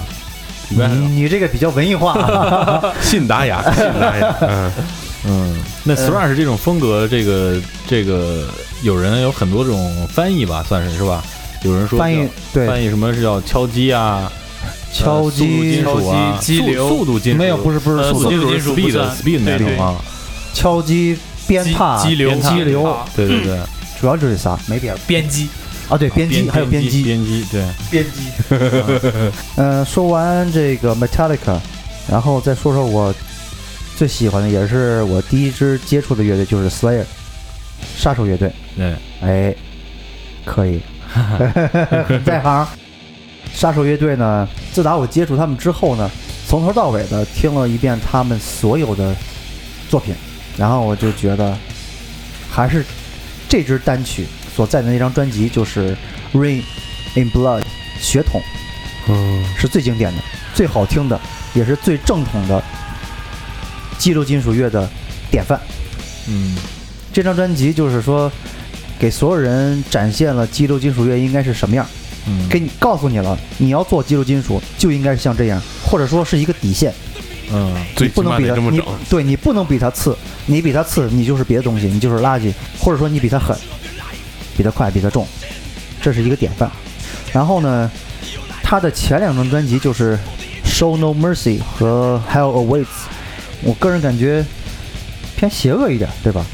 [SPEAKER 2] 明白了
[SPEAKER 4] 你。你这个比较文艺化、 啊，
[SPEAKER 3] 信达雅，信达 雅，嗯，
[SPEAKER 2] 嗯，那
[SPEAKER 4] 呃
[SPEAKER 2] thrash 这种风格，这个这个有人有很多种翻译吧，算是是吧？有人说
[SPEAKER 4] 翻译
[SPEAKER 2] 叫翻
[SPEAKER 4] 对
[SPEAKER 2] 译什么是叫敲击啊，
[SPEAKER 4] 敲
[SPEAKER 2] 呃速度金
[SPEAKER 4] 击
[SPEAKER 2] 属啊，
[SPEAKER 5] 敲击激流
[SPEAKER 2] 速速度金属
[SPEAKER 4] 没有不
[SPEAKER 2] 是
[SPEAKER 4] 是不
[SPEAKER 5] 呃
[SPEAKER 4] 是
[SPEAKER 5] 速
[SPEAKER 4] 速
[SPEAKER 5] 度
[SPEAKER 4] 度
[SPEAKER 5] 金属不
[SPEAKER 2] speed
[SPEAKER 5] 算
[SPEAKER 2] speed 那
[SPEAKER 5] 对
[SPEAKER 2] 种啊，
[SPEAKER 4] 敲击鞭
[SPEAKER 5] 激
[SPEAKER 4] 挞
[SPEAKER 5] 激流
[SPEAKER 2] 鞭挞
[SPEAKER 4] 激流，
[SPEAKER 5] 啊
[SPEAKER 2] 对对对，
[SPEAKER 4] 主要就这仨，没别的
[SPEAKER 5] 编辑
[SPEAKER 4] 啊。对编辑还有
[SPEAKER 2] 编
[SPEAKER 4] 编辑，
[SPEAKER 2] 编辑对，
[SPEAKER 5] 编辑，
[SPEAKER 4] 嗯、说完这个 Metallica，然后再说说我最喜欢的，也是我第一支接触的乐队，就是 Slayer，杀手乐队。
[SPEAKER 2] 对，
[SPEAKER 4] 哎，可以，很在行。杀手乐队呢，自打我接触他们之后呢，从头到尾的听了一遍他们所有的作品，然后我就觉得，还是这支单曲所在的那张专辑就是《Rain in Blood》血统。
[SPEAKER 3] 嗯，
[SPEAKER 4] 是最经典的、最好听的，也是最正统的激流金属乐的典范。
[SPEAKER 2] 嗯，
[SPEAKER 4] 这张专辑就是说，给所有人展现了激流金属乐应该是什么样，
[SPEAKER 2] 嗯
[SPEAKER 4] 给你告诉你了，你要做激流金属就应该是像这样，或者说是一个底线，
[SPEAKER 2] 嗯，
[SPEAKER 3] 最
[SPEAKER 4] 你不
[SPEAKER 3] 起
[SPEAKER 4] 能
[SPEAKER 3] 码
[SPEAKER 4] 比
[SPEAKER 3] 得
[SPEAKER 4] 他
[SPEAKER 3] 这么
[SPEAKER 4] 你
[SPEAKER 3] 整。
[SPEAKER 4] 对你不能比他次，你比他次，你就是别的东西，你就是垃圾，或者说你比他狠，比他快，比他重，这是一个典范。然后呢，他的前两张专辑就是《Show No Mercy》和《Hell Awaits》，我个人感觉偏邪恶一点，对吧？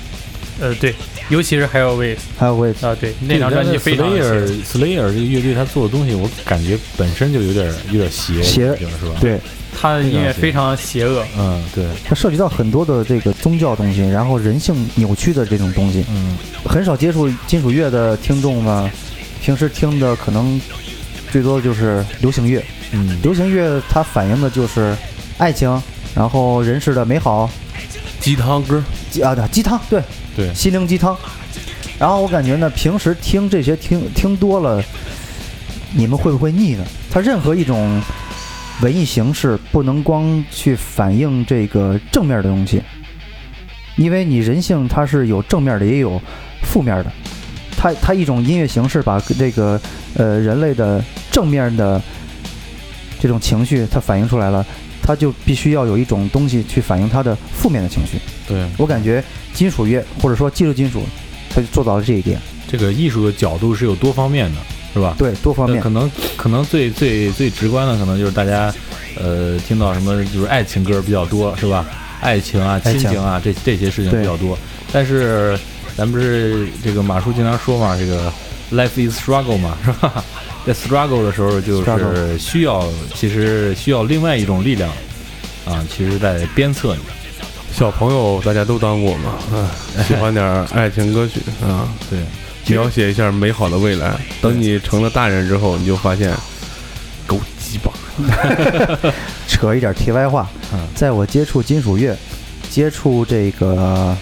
[SPEAKER 5] 呃，对，尤其是 h e l l w a y s
[SPEAKER 4] 《Hell Awaits》
[SPEAKER 5] 啊，对，那张专辑非常的邪
[SPEAKER 2] Slayer Slayer 这个乐队他做的东西，我感觉本身就有点有点邪，
[SPEAKER 4] 邪
[SPEAKER 2] 有点是吧？，
[SPEAKER 4] 对，
[SPEAKER 5] 他的音乐非常邪恶，
[SPEAKER 2] 嗯，对，
[SPEAKER 4] 它涉及到很多的这个宗教东西，然后人性扭曲的这种东西。
[SPEAKER 2] 嗯，
[SPEAKER 4] 很少接触金属乐的听众呢，平时听的可能最多就是流行乐。
[SPEAKER 2] 嗯，
[SPEAKER 4] 流行乐它反映的就是爱情，然后人世的美好，
[SPEAKER 3] 鸡汤歌，
[SPEAKER 4] 鸡啊对鸡汤，对
[SPEAKER 3] 对
[SPEAKER 4] 心灵鸡汤。然后我感觉呢，平时听这些听听多了，你们会不会腻呢？它任何一种文艺形式不能光去反映这个正面的东西，因为你人性它是有正面的，也有负面的。它它一种音乐形式把这个呃人类的正面的这种情绪它反映出来了，它就必须要有一种东西去反映它的负面的情绪。
[SPEAKER 3] 对，
[SPEAKER 4] 我感觉金属乐或者说技术金属，它就做到了这一点，
[SPEAKER 2] 这个艺术的角度是有多方面的，是吧？
[SPEAKER 4] 对多方
[SPEAKER 2] 那
[SPEAKER 4] 面
[SPEAKER 2] 呃可。能可能最最最直观的，可能就是大家呃听到什么就是爱情歌比较多，是吧？爱情啊、
[SPEAKER 4] 爱
[SPEAKER 2] 亲
[SPEAKER 4] 情
[SPEAKER 2] 情啊，这这些事情
[SPEAKER 4] 对
[SPEAKER 2] 比较多。但是咱不是这个马叔经常说嘛，这个 life is struggle 嘛，是吧？在 struggle 的时候，就
[SPEAKER 4] Struggle
[SPEAKER 2] 是需要其实需要另外一种力量啊，其实在鞭策你。
[SPEAKER 3] 小朋友大家都当过嘛，啊， 喜欢点儿爱情歌曲啊，
[SPEAKER 2] 对，
[SPEAKER 3] 描写一下美好的未来。等你成了大人之后，你就发现，狗鸡巴，
[SPEAKER 4] 扯一点题外话
[SPEAKER 2] 嗯，
[SPEAKER 4] 在我接触金属乐、接触这个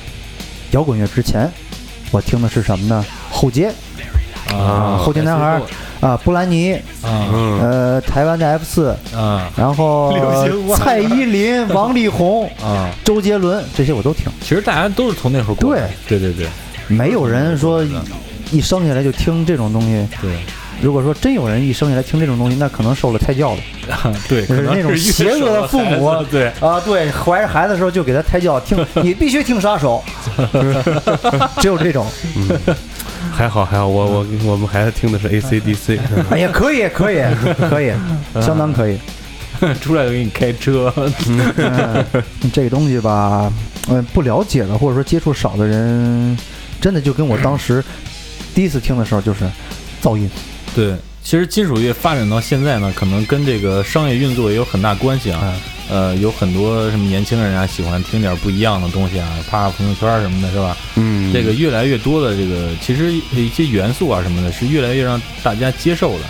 [SPEAKER 4] 摇滚乐之前，我听的是什么呢？后街
[SPEAKER 2] 啊，
[SPEAKER 4] 后街男孩儿啊，布兰妮，
[SPEAKER 2] 啊
[SPEAKER 3] 嗯，
[SPEAKER 4] 呃，台湾的 F 四，
[SPEAKER 2] 啊
[SPEAKER 4] 然后
[SPEAKER 2] 流行忘了
[SPEAKER 4] 蔡依 林、王力宏、
[SPEAKER 2] 啊！
[SPEAKER 4] 周杰伦这些我都听，
[SPEAKER 2] 其实大家都是从那会儿过来的，对对
[SPEAKER 4] 没有人说
[SPEAKER 2] 对
[SPEAKER 4] 一生下来就听这种东西。
[SPEAKER 2] 对。
[SPEAKER 4] 如果说真有人一生下来听这种东西，那可能受了胎教了。
[SPEAKER 2] 对，可
[SPEAKER 4] 就是
[SPEAKER 2] 能
[SPEAKER 4] 那种
[SPEAKER 2] 是
[SPEAKER 4] 邪恶的父母
[SPEAKER 2] 孩子对，
[SPEAKER 4] 啊，对，怀着孩子的时候就给他胎教， 听你必须听杀手， 只有这种。
[SPEAKER 3] 还好还好，我我我们孩子听的是 AC/DC，
[SPEAKER 4] 哎呀，可以，可以，可以，相当可以。
[SPEAKER 2] 出来就给你开车，
[SPEAKER 4] 嗯，这个东西吧，嗯，不了解的或者说接触少的人，真的就跟我当时第一次听的时候就是噪音。
[SPEAKER 2] 对。其实金属乐发展到现在呢，可能跟这个商业运作也有很大关系啊。呃，有很多什么年轻人啊，喜欢听点不一样的东西啊，发朋友圈什么的，是吧？
[SPEAKER 3] 嗯，
[SPEAKER 2] 这个越来越多的这个，其实一些元素啊什么的，是越来越让大家接受的。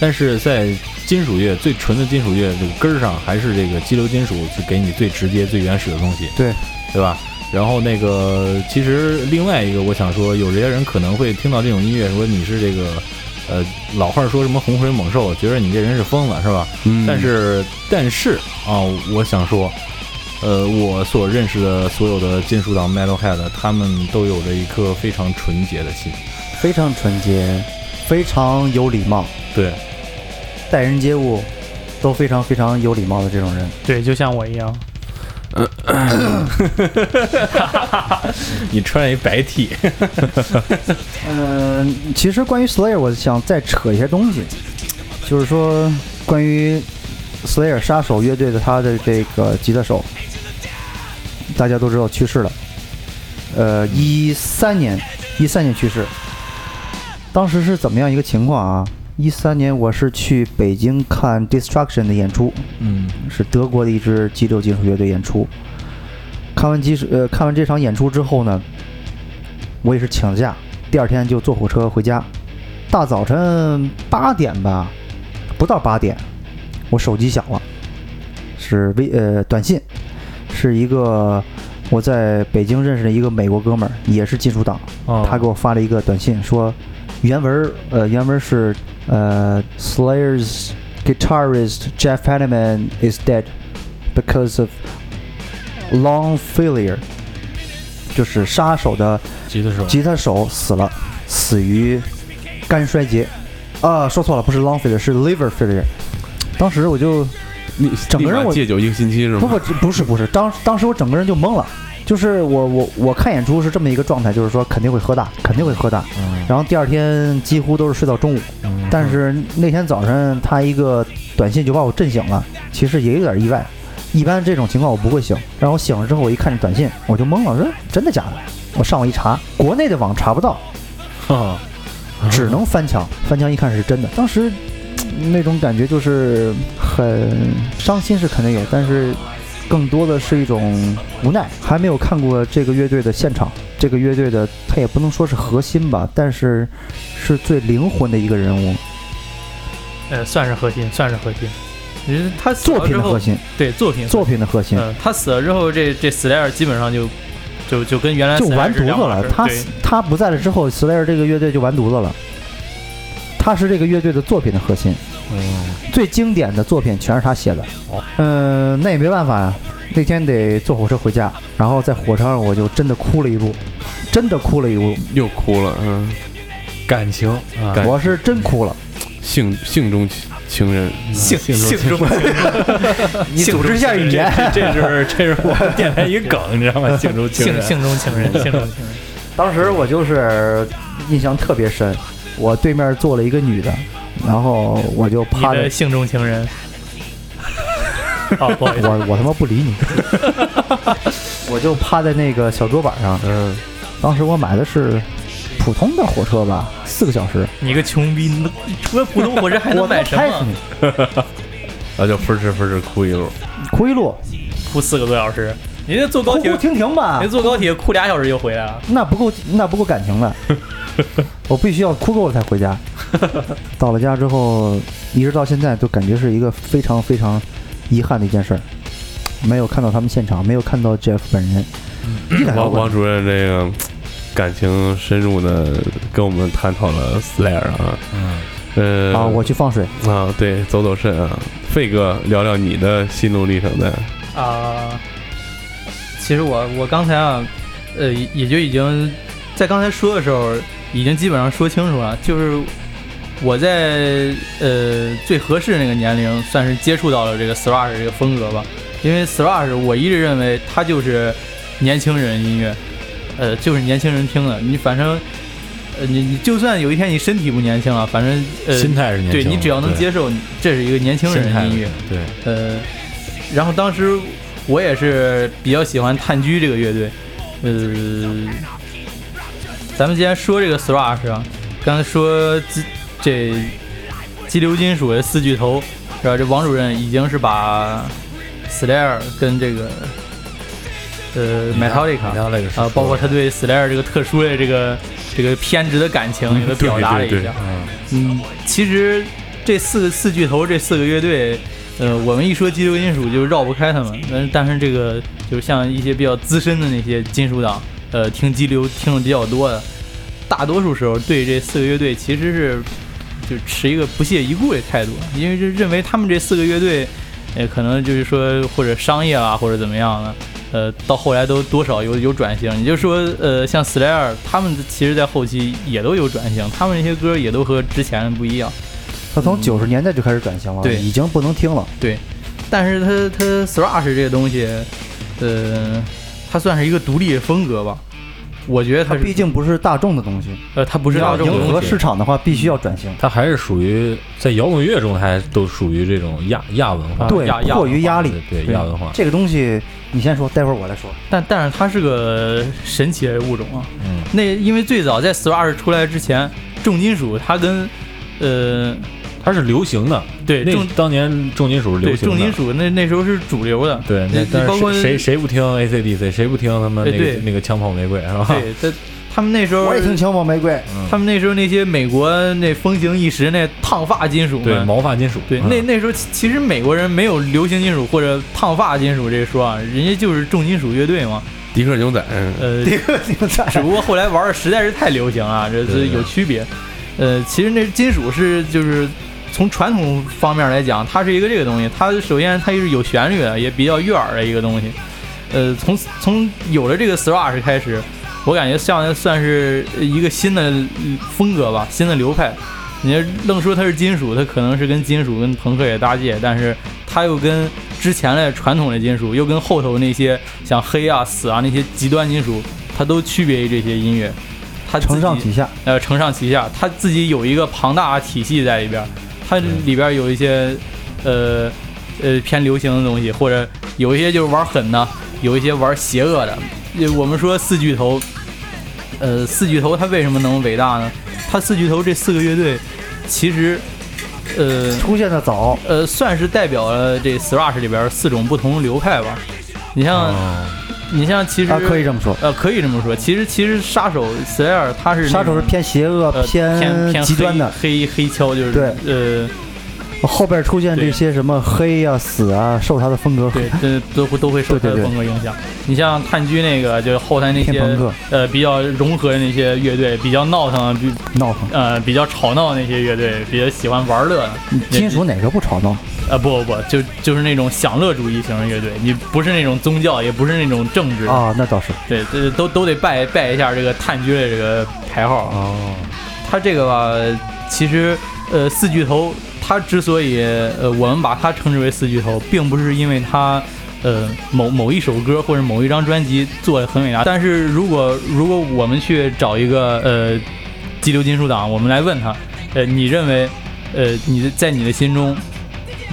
[SPEAKER 2] 但是在金属乐最纯的金属乐这个根儿上，还是这个激流金属是给你最直接、最原始的东西，
[SPEAKER 4] 对
[SPEAKER 2] 对吧？然后那个，其实另外一个，我想说，有些人可能会听到这种音乐，说你是这个，呃，老话说什么洪水猛兽，觉得你这人是疯了，是吧？
[SPEAKER 3] 嗯，
[SPEAKER 2] 但是，但是啊、我想说，呃，我所认识的所有的金属党 metalhead，他们都有着一颗非常纯洁的心，
[SPEAKER 4] 非常纯洁，非常有礼貌，
[SPEAKER 2] 对，
[SPEAKER 4] 待人接物都非常非常有礼貌的这种人。
[SPEAKER 5] 对，就像我一样，
[SPEAKER 2] 你穿着一白 T，
[SPEAKER 4] 嗯，其实关于 Slayer，我想再扯一些东西，就是说关于 Slayer 杀手乐队的他的这个吉他手，大家都知道去世了。呃，一三年，一三年去世。当时是怎么样一个情况啊？一三年我是去北京看 Destruction 的演出，
[SPEAKER 2] 嗯
[SPEAKER 4] 是德国的一支激流金属乐队演出。看完集呃看完这场演出之后呢，我也是请了假，第二天就坐火车回家。大早晨八点吧，不到八点，我手机响了，是微呃短信，是一个我在北京认识的一个美国哥们儿，也是金属党，
[SPEAKER 5] 哦
[SPEAKER 4] 他给我发了一个短信说，原文儿呃原文是呃 Slayer's guitarist Jeff Hanneman is dead because of lung failure，就是杀手的
[SPEAKER 2] 吉他手，
[SPEAKER 4] 吉他手死了，死于肝衰竭。啊，说错了，不是 lung failure，是 liver failure。当时我就
[SPEAKER 3] 立
[SPEAKER 4] 整
[SPEAKER 3] 立
[SPEAKER 4] 个
[SPEAKER 3] 马
[SPEAKER 4] 人我
[SPEAKER 3] 戒酒一个星期是
[SPEAKER 4] 不
[SPEAKER 3] 吗？
[SPEAKER 4] 不只不是不是，当当时我整个人就懵了，就是我我我看演出是这么一个状态，就是说肯定会喝大，肯定会喝大，
[SPEAKER 3] 嗯
[SPEAKER 4] 然后第二天几乎都是睡到中午，但是那天早上他一个短信就把我震醒了，其实也有点意外。一般这种情况我不会醒，然后我醒了之后我一看这短信我就懵了，我说真的假的？我上网一查，国内的网查不 到，
[SPEAKER 3] 啊
[SPEAKER 4] 只能翻墙，翻墙一看是真的。当时嗯那种感觉就是很伤心是肯定有，但是更多的是一种无奈。还没有看过这个乐队的现场，这个乐队的他也不能说是核心吧，但是是最灵魂的一个人物，
[SPEAKER 5] 呃，算是核心，算是核心。你是他死了
[SPEAKER 4] 作品
[SPEAKER 5] 之
[SPEAKER 4] 的
[SPEAKER 5] 后
[SPEAKER 4] 核，心，
[SPEAKER 5] 对作品，
[SPEAKER 4] 作品的核心。
[SPEAKER 5] 嗯，他死了之后，这这 Slayer 基本上就就就跟原来
[SPEAKER 4] 就
[SPEAKER 5] Slayer
[SPEAKER 4] 完
[SPEAKER 5] 是
[SPEAKER 4] 犊
[SPEAKER 5] 两
[SPEAKER 4] 子
[SPEAKER 5] 码
[SPEAKER 4] 了
[SPEAKER 5] 事，
[SPEAKER 4] 他
[SPEAKER 5] 对
[SPEAKER 4] 他不在了之后，Slayer 这个乐队就完犊子了。他是这个乐队的作品的核心，最经典的作品全是他写的。嗯，那也没办法呀、那天得坐火车回家，然后在火车上我就真的哭了一路，真的哭了一路，
[SPEAKER 3] 又哭了，嗯，
[SPEAKER 2] 感情啊
[SPEAKER 3] 感
[SPEAKER 4] 我是真哭了。
[SPEAKER 3] 性性中情情人，
[SPEAKER 2] 性性中
[SPEAKER 4] 你组织一下语言，
[SPEAKER 2] 这是这是我们电台一个梗，你知道吗？性 中情
[SPEAKER 5] 性
[SPEAKER 2] 人，
[SPEAKER 5] 性中情人，性中情人。
[SPEAKER 4] 当时我就是印象特别深，我对面坐了一个女的，然后我就
[SPEAKER 5] 你
[SPEAKER 4] 趴着
[SPEAKER 5] 的，性中情人。哦，不好意思，
[SPEAKER 4] 我我他妈不理 你，我就趴在那个小桌板上，
[SPEAKER 3] 嗯，
[SPEAKER 4] 当时我买的是普通的火车吧，四个小时，
[SPEAKER 5] 你个穷逼，你你除了普通火车还能
[SPEAKER 4] 我
[SPEAKER 5] 买
[SPEAKER 4] 他
[SPEAKER 5] 什
[SPEAKER 4] 开死
[SPEAKER 5] 么？
[SPEAKER 4] 你，
[SPEAKER 3] 那就噗嗤噗嗤哭一路，
[SPEAKER 4] 哭一路，
[SPEAKER 5] 哭四个多小时，你这坐
[SPEAKER 4] 哭
[SPEAKER 5] 高铁
[SPEAKER 4] 哭，停停吧
[SPEAKER 2] 啊
[SPEAKER 5] 你，坐高铁哭俩小时就回来了。
[SPEAKER 4] 那不够，那不够感情 的，我必须要哭够了才回家。到了家之后，一直到现在都感觉是一个非常非常遗憾的一件事儿，没有看到他们现场，没有看到 Jeff 本人，
[SPEAKER 5] 嗯
[SPEAKER 4] 一点都
[SPEAKER 3] 王
[SPEAKER 4] 不
[SPEAKER 3] 王主任这个感情深入的跟我们探讨了 Slayer 啊，嗯，呃
[SPEAKER 4] 啊，我去放水，
[SPEAKER 3] 啊对走走肾啊，费哥聊聊你的心路历程呗，
[SPEAKER 5] 啊、其实我我刚才啊，呃，也也就已经在刚才说的时候，已经基本上说清楚了，就是我在呃最合适那个年龄，算是接触到了这个 thrash 这个风格吧，因为 thrash 我一直认为它就是年轻人音乐，呃，就是年轻人听的，你反正。呃，你你就算有一天你身体不年轻了，反正呃，
[SPEAKER 2] 心态是年轻
[SPEAKER 5] 对
[SPEAKER 2] 的，
[SPEAKER 5] 你只要能接受，这是一个年轻人
[SPEAKER 2] 心态
[SPEAKER 5] 音乐，
[SPEAKER 2] 对，
[SPEAKER 5] 呃，然后当时我也是比较喜欢炭疽这个乐队，呃，咱们既然说这个 thrash 啊，刚才说激这激流金属的四巨头，是吧？这王主任已经是把 Slayer 跟这个呃 Metallica
[SPEAKER 2] 聊了一个
[SPEAKER 5] 啊，包括他对 Slayer 这个特殊的这个这个偏执的感情给他表达了一
[SPEAKER 3] 对对
[SPEAKER 5] 下
[SPEAKER 3] 对。
[SPEAKER 5] 嗯，其实这四个四巨头这四个乐队，呃，我们一说激流金属就绕不开他们。但但是这个就是像一些比较资深的那些金属党，呃，听激流听的比较多的，大多数时候对这四个乐队其实是就持一个不屑一顾的态度，因为就认为他们这四个乐队，呃，可能就是说或者商业啊或者怎么样的，呃，到后来都多少有有转型。你就说呃，像 Slayer 他们其实在后期也都有转型，他们那些歌也都和之前不一样。
[SPEAKER 4] 他从九十年代就开始转型了，
[SPEAKER 5] 嗯对
[SPEAKER 4] 已经不能听了。
[SPEAKER 5] 对，但是它它 thrash 这个东西，呃，它算是一个独立的风格吧。我觉得它
[SPEAKER 4] 它
[SPEAKER 5] 是
[SPEAKER 4] 毕竟不是大众的东西，
[SPEAKER 5] 呃，它不
[SPEAKER 4] 不
[SPEAKER 5] 是大众的
[SPEAKER 4] 迎
[SPEAKER 5] 东
[SPEAKER 4] 合
[SPEAKER 5] 西
[SPEAKER 4] 市场的话，必须要转型。
[SPEAKER 2] 他还是属于在摇滚乐中，还都属于这种亚亚文化，
[SPEAKER 4] 对
[SPEAKER 5] 啊压，压
[SPEAKER 4] 迫于压力，
[SPEAKER 2] 对对亚文化，
[SPEAKER 4] 这个东西你先说，待会儿我来说。
[SPEAKER 5] 但但是它是个神奇的物种啊。
[SPEAKER 2] 嗯，
[SPEAKER 5] 那因为最早在 thrash 出来之前，重金属它跟呃
[SPEAKER 2] 它是流行的，
[SPEAKER 5] 对
[SPEAKER 2] 那
[SPEAKER 5] 重
[SPEAKER 2] 当年重金属是流
[SPEAKER 5] 对
[SPEAKER 2] 行的，
[SPEAKER 5] 重金属那那时候是主流的，
[SPEAKER 2] 对，
[SPEAKER 5] 那
[SPEAKER 2] 那但
[SPEAKER 5] 包括
[SPEAKER 2] 是谁谁谁不听 AC/DC，谁不听他们那
[SPEAKER 5] 哎对
[SPEAKER 2] 个那个枪炮玫瑰是吧？
[SPEAKER 5] 对，它他们那时候
[SPEAKER 4] 我也听《枪炮玫瑰》，
[SPEAKER 2] 嗯
[SPEAKER 5] 他们那时候那些美国那风行一时那烫发金属
[SPEAKER 2] 对
[SPEAKER 5] 们
[SPEAKER 2] 毛发金属，
[SPEAKER 5] 对，
[SPEAKER 2] 嗯
[SPEAKER 5] 那那时候其其实美国人没有流行金属或者烫发金属这一说啊，人家就是重金属乐队嘛。
[SPEAKER 3] 迪克牛仔，
[SPEAKER 5] 呃，
[SPEAKER 4] 这个你们在
[SPEAKER 5] 只不过后来玩的实在是太流行了，这
[SPEAKER 2] 对
[SPEAKER 5] 这
[SPEAKER 2] 对对
[SPEAKER 5] 有区别。呃，其实那金属是就是从传统方面来讲，它是一个这个东西，它首先它是有旋律的，也比较悦耳的一个东西。呃，从从有了这个 thrash 开始，我感觉像算是一个新的嗯风格吧，新的流派。你要愣说它是金属，它可能是跟金属跟朋克也搭界，但是它又跟之前的传统的金属，又跟后头那些像黑啊、死啊那些极端金属，它都区别于这些音乐。它自己
[SPEAKER 4] 承上启下，
[SPEAKER 5] 呃承上启下，它自己有一个庞大的体系在里边儿，它里边儿有一些呃呃偏流行的东西，或者有一些就是玩狠的，有一些玩邪恶的。呃我们说四巨头，呃，四巨头它为什么能伟大呢？它四巨头这四个乐队，其实呃
[SPEAKER 4] 出现的早，
[SPEAKER 5] 呃算是代表了这 thrash 里边儿四种不同流派吧。你像、你像其实、
[SPEAKER 4] 啊，可以这么说。
[SPEAKER 5] 呃，可以这么说。其实其实杀手 Slayer 他是那
[SPEAKER 4] 杀手
[SPEAKER 5] 种
[SPEAKER 4] 是偏邪恶、
[SPEAKER 5] 呃偏偏
[SPEAKER 4] 极端的，
[SPEAKER 5] 黑黑黑敲，就是
[SPEAKER 4] 对
[SPEAKER 5] 呃
[SPEAKER 4] 后边出现
[SPEAKER 5] 对
[SPEAKER 4] 这些什么黑啊、死啊，受他的风格
[SPEAKER 5] 对对都会都会受他的
[SPEAKER 4] 对对对
[SPEAKER 5] 风格影响。你像炭疽那个，就是后台那
[SPEAKER 4] 偏朋
[SPEAKER 5] 些
[SPEAKER 4] 克
[SPEAKER 5] 呃比较融合的那些乐队，比较闹腾，比
[SPEAKER 4] 闹腾。
[SPEAKER 5] 呃比较吵闹的那些乐队，比较喜欢玩乐的。
[SPEAKER 4] 金属哪个不吵闹？
[SPEAKER 5] 呃不不不，就就是那种享乐主义型的乐队，你不是那种宗教，也不是那种政治，
[SPEAKER 4] 啊，那倒是。
[SPEAKER 5] 对，这都都得拜拜一下这个炭疽的这个牌号啊。
[SPEAKER 3] 哦，
[SPEAKER 5] 它这个吧，其实呃四巨头，它之所以呃我们把它称之为四巨头，并不是因为它呃某某一首歌或者某一张专辑做的很伟大，但是如果如果我们去找一个呃激流金属党，我们来问他，呃你认为呃你的在你的心中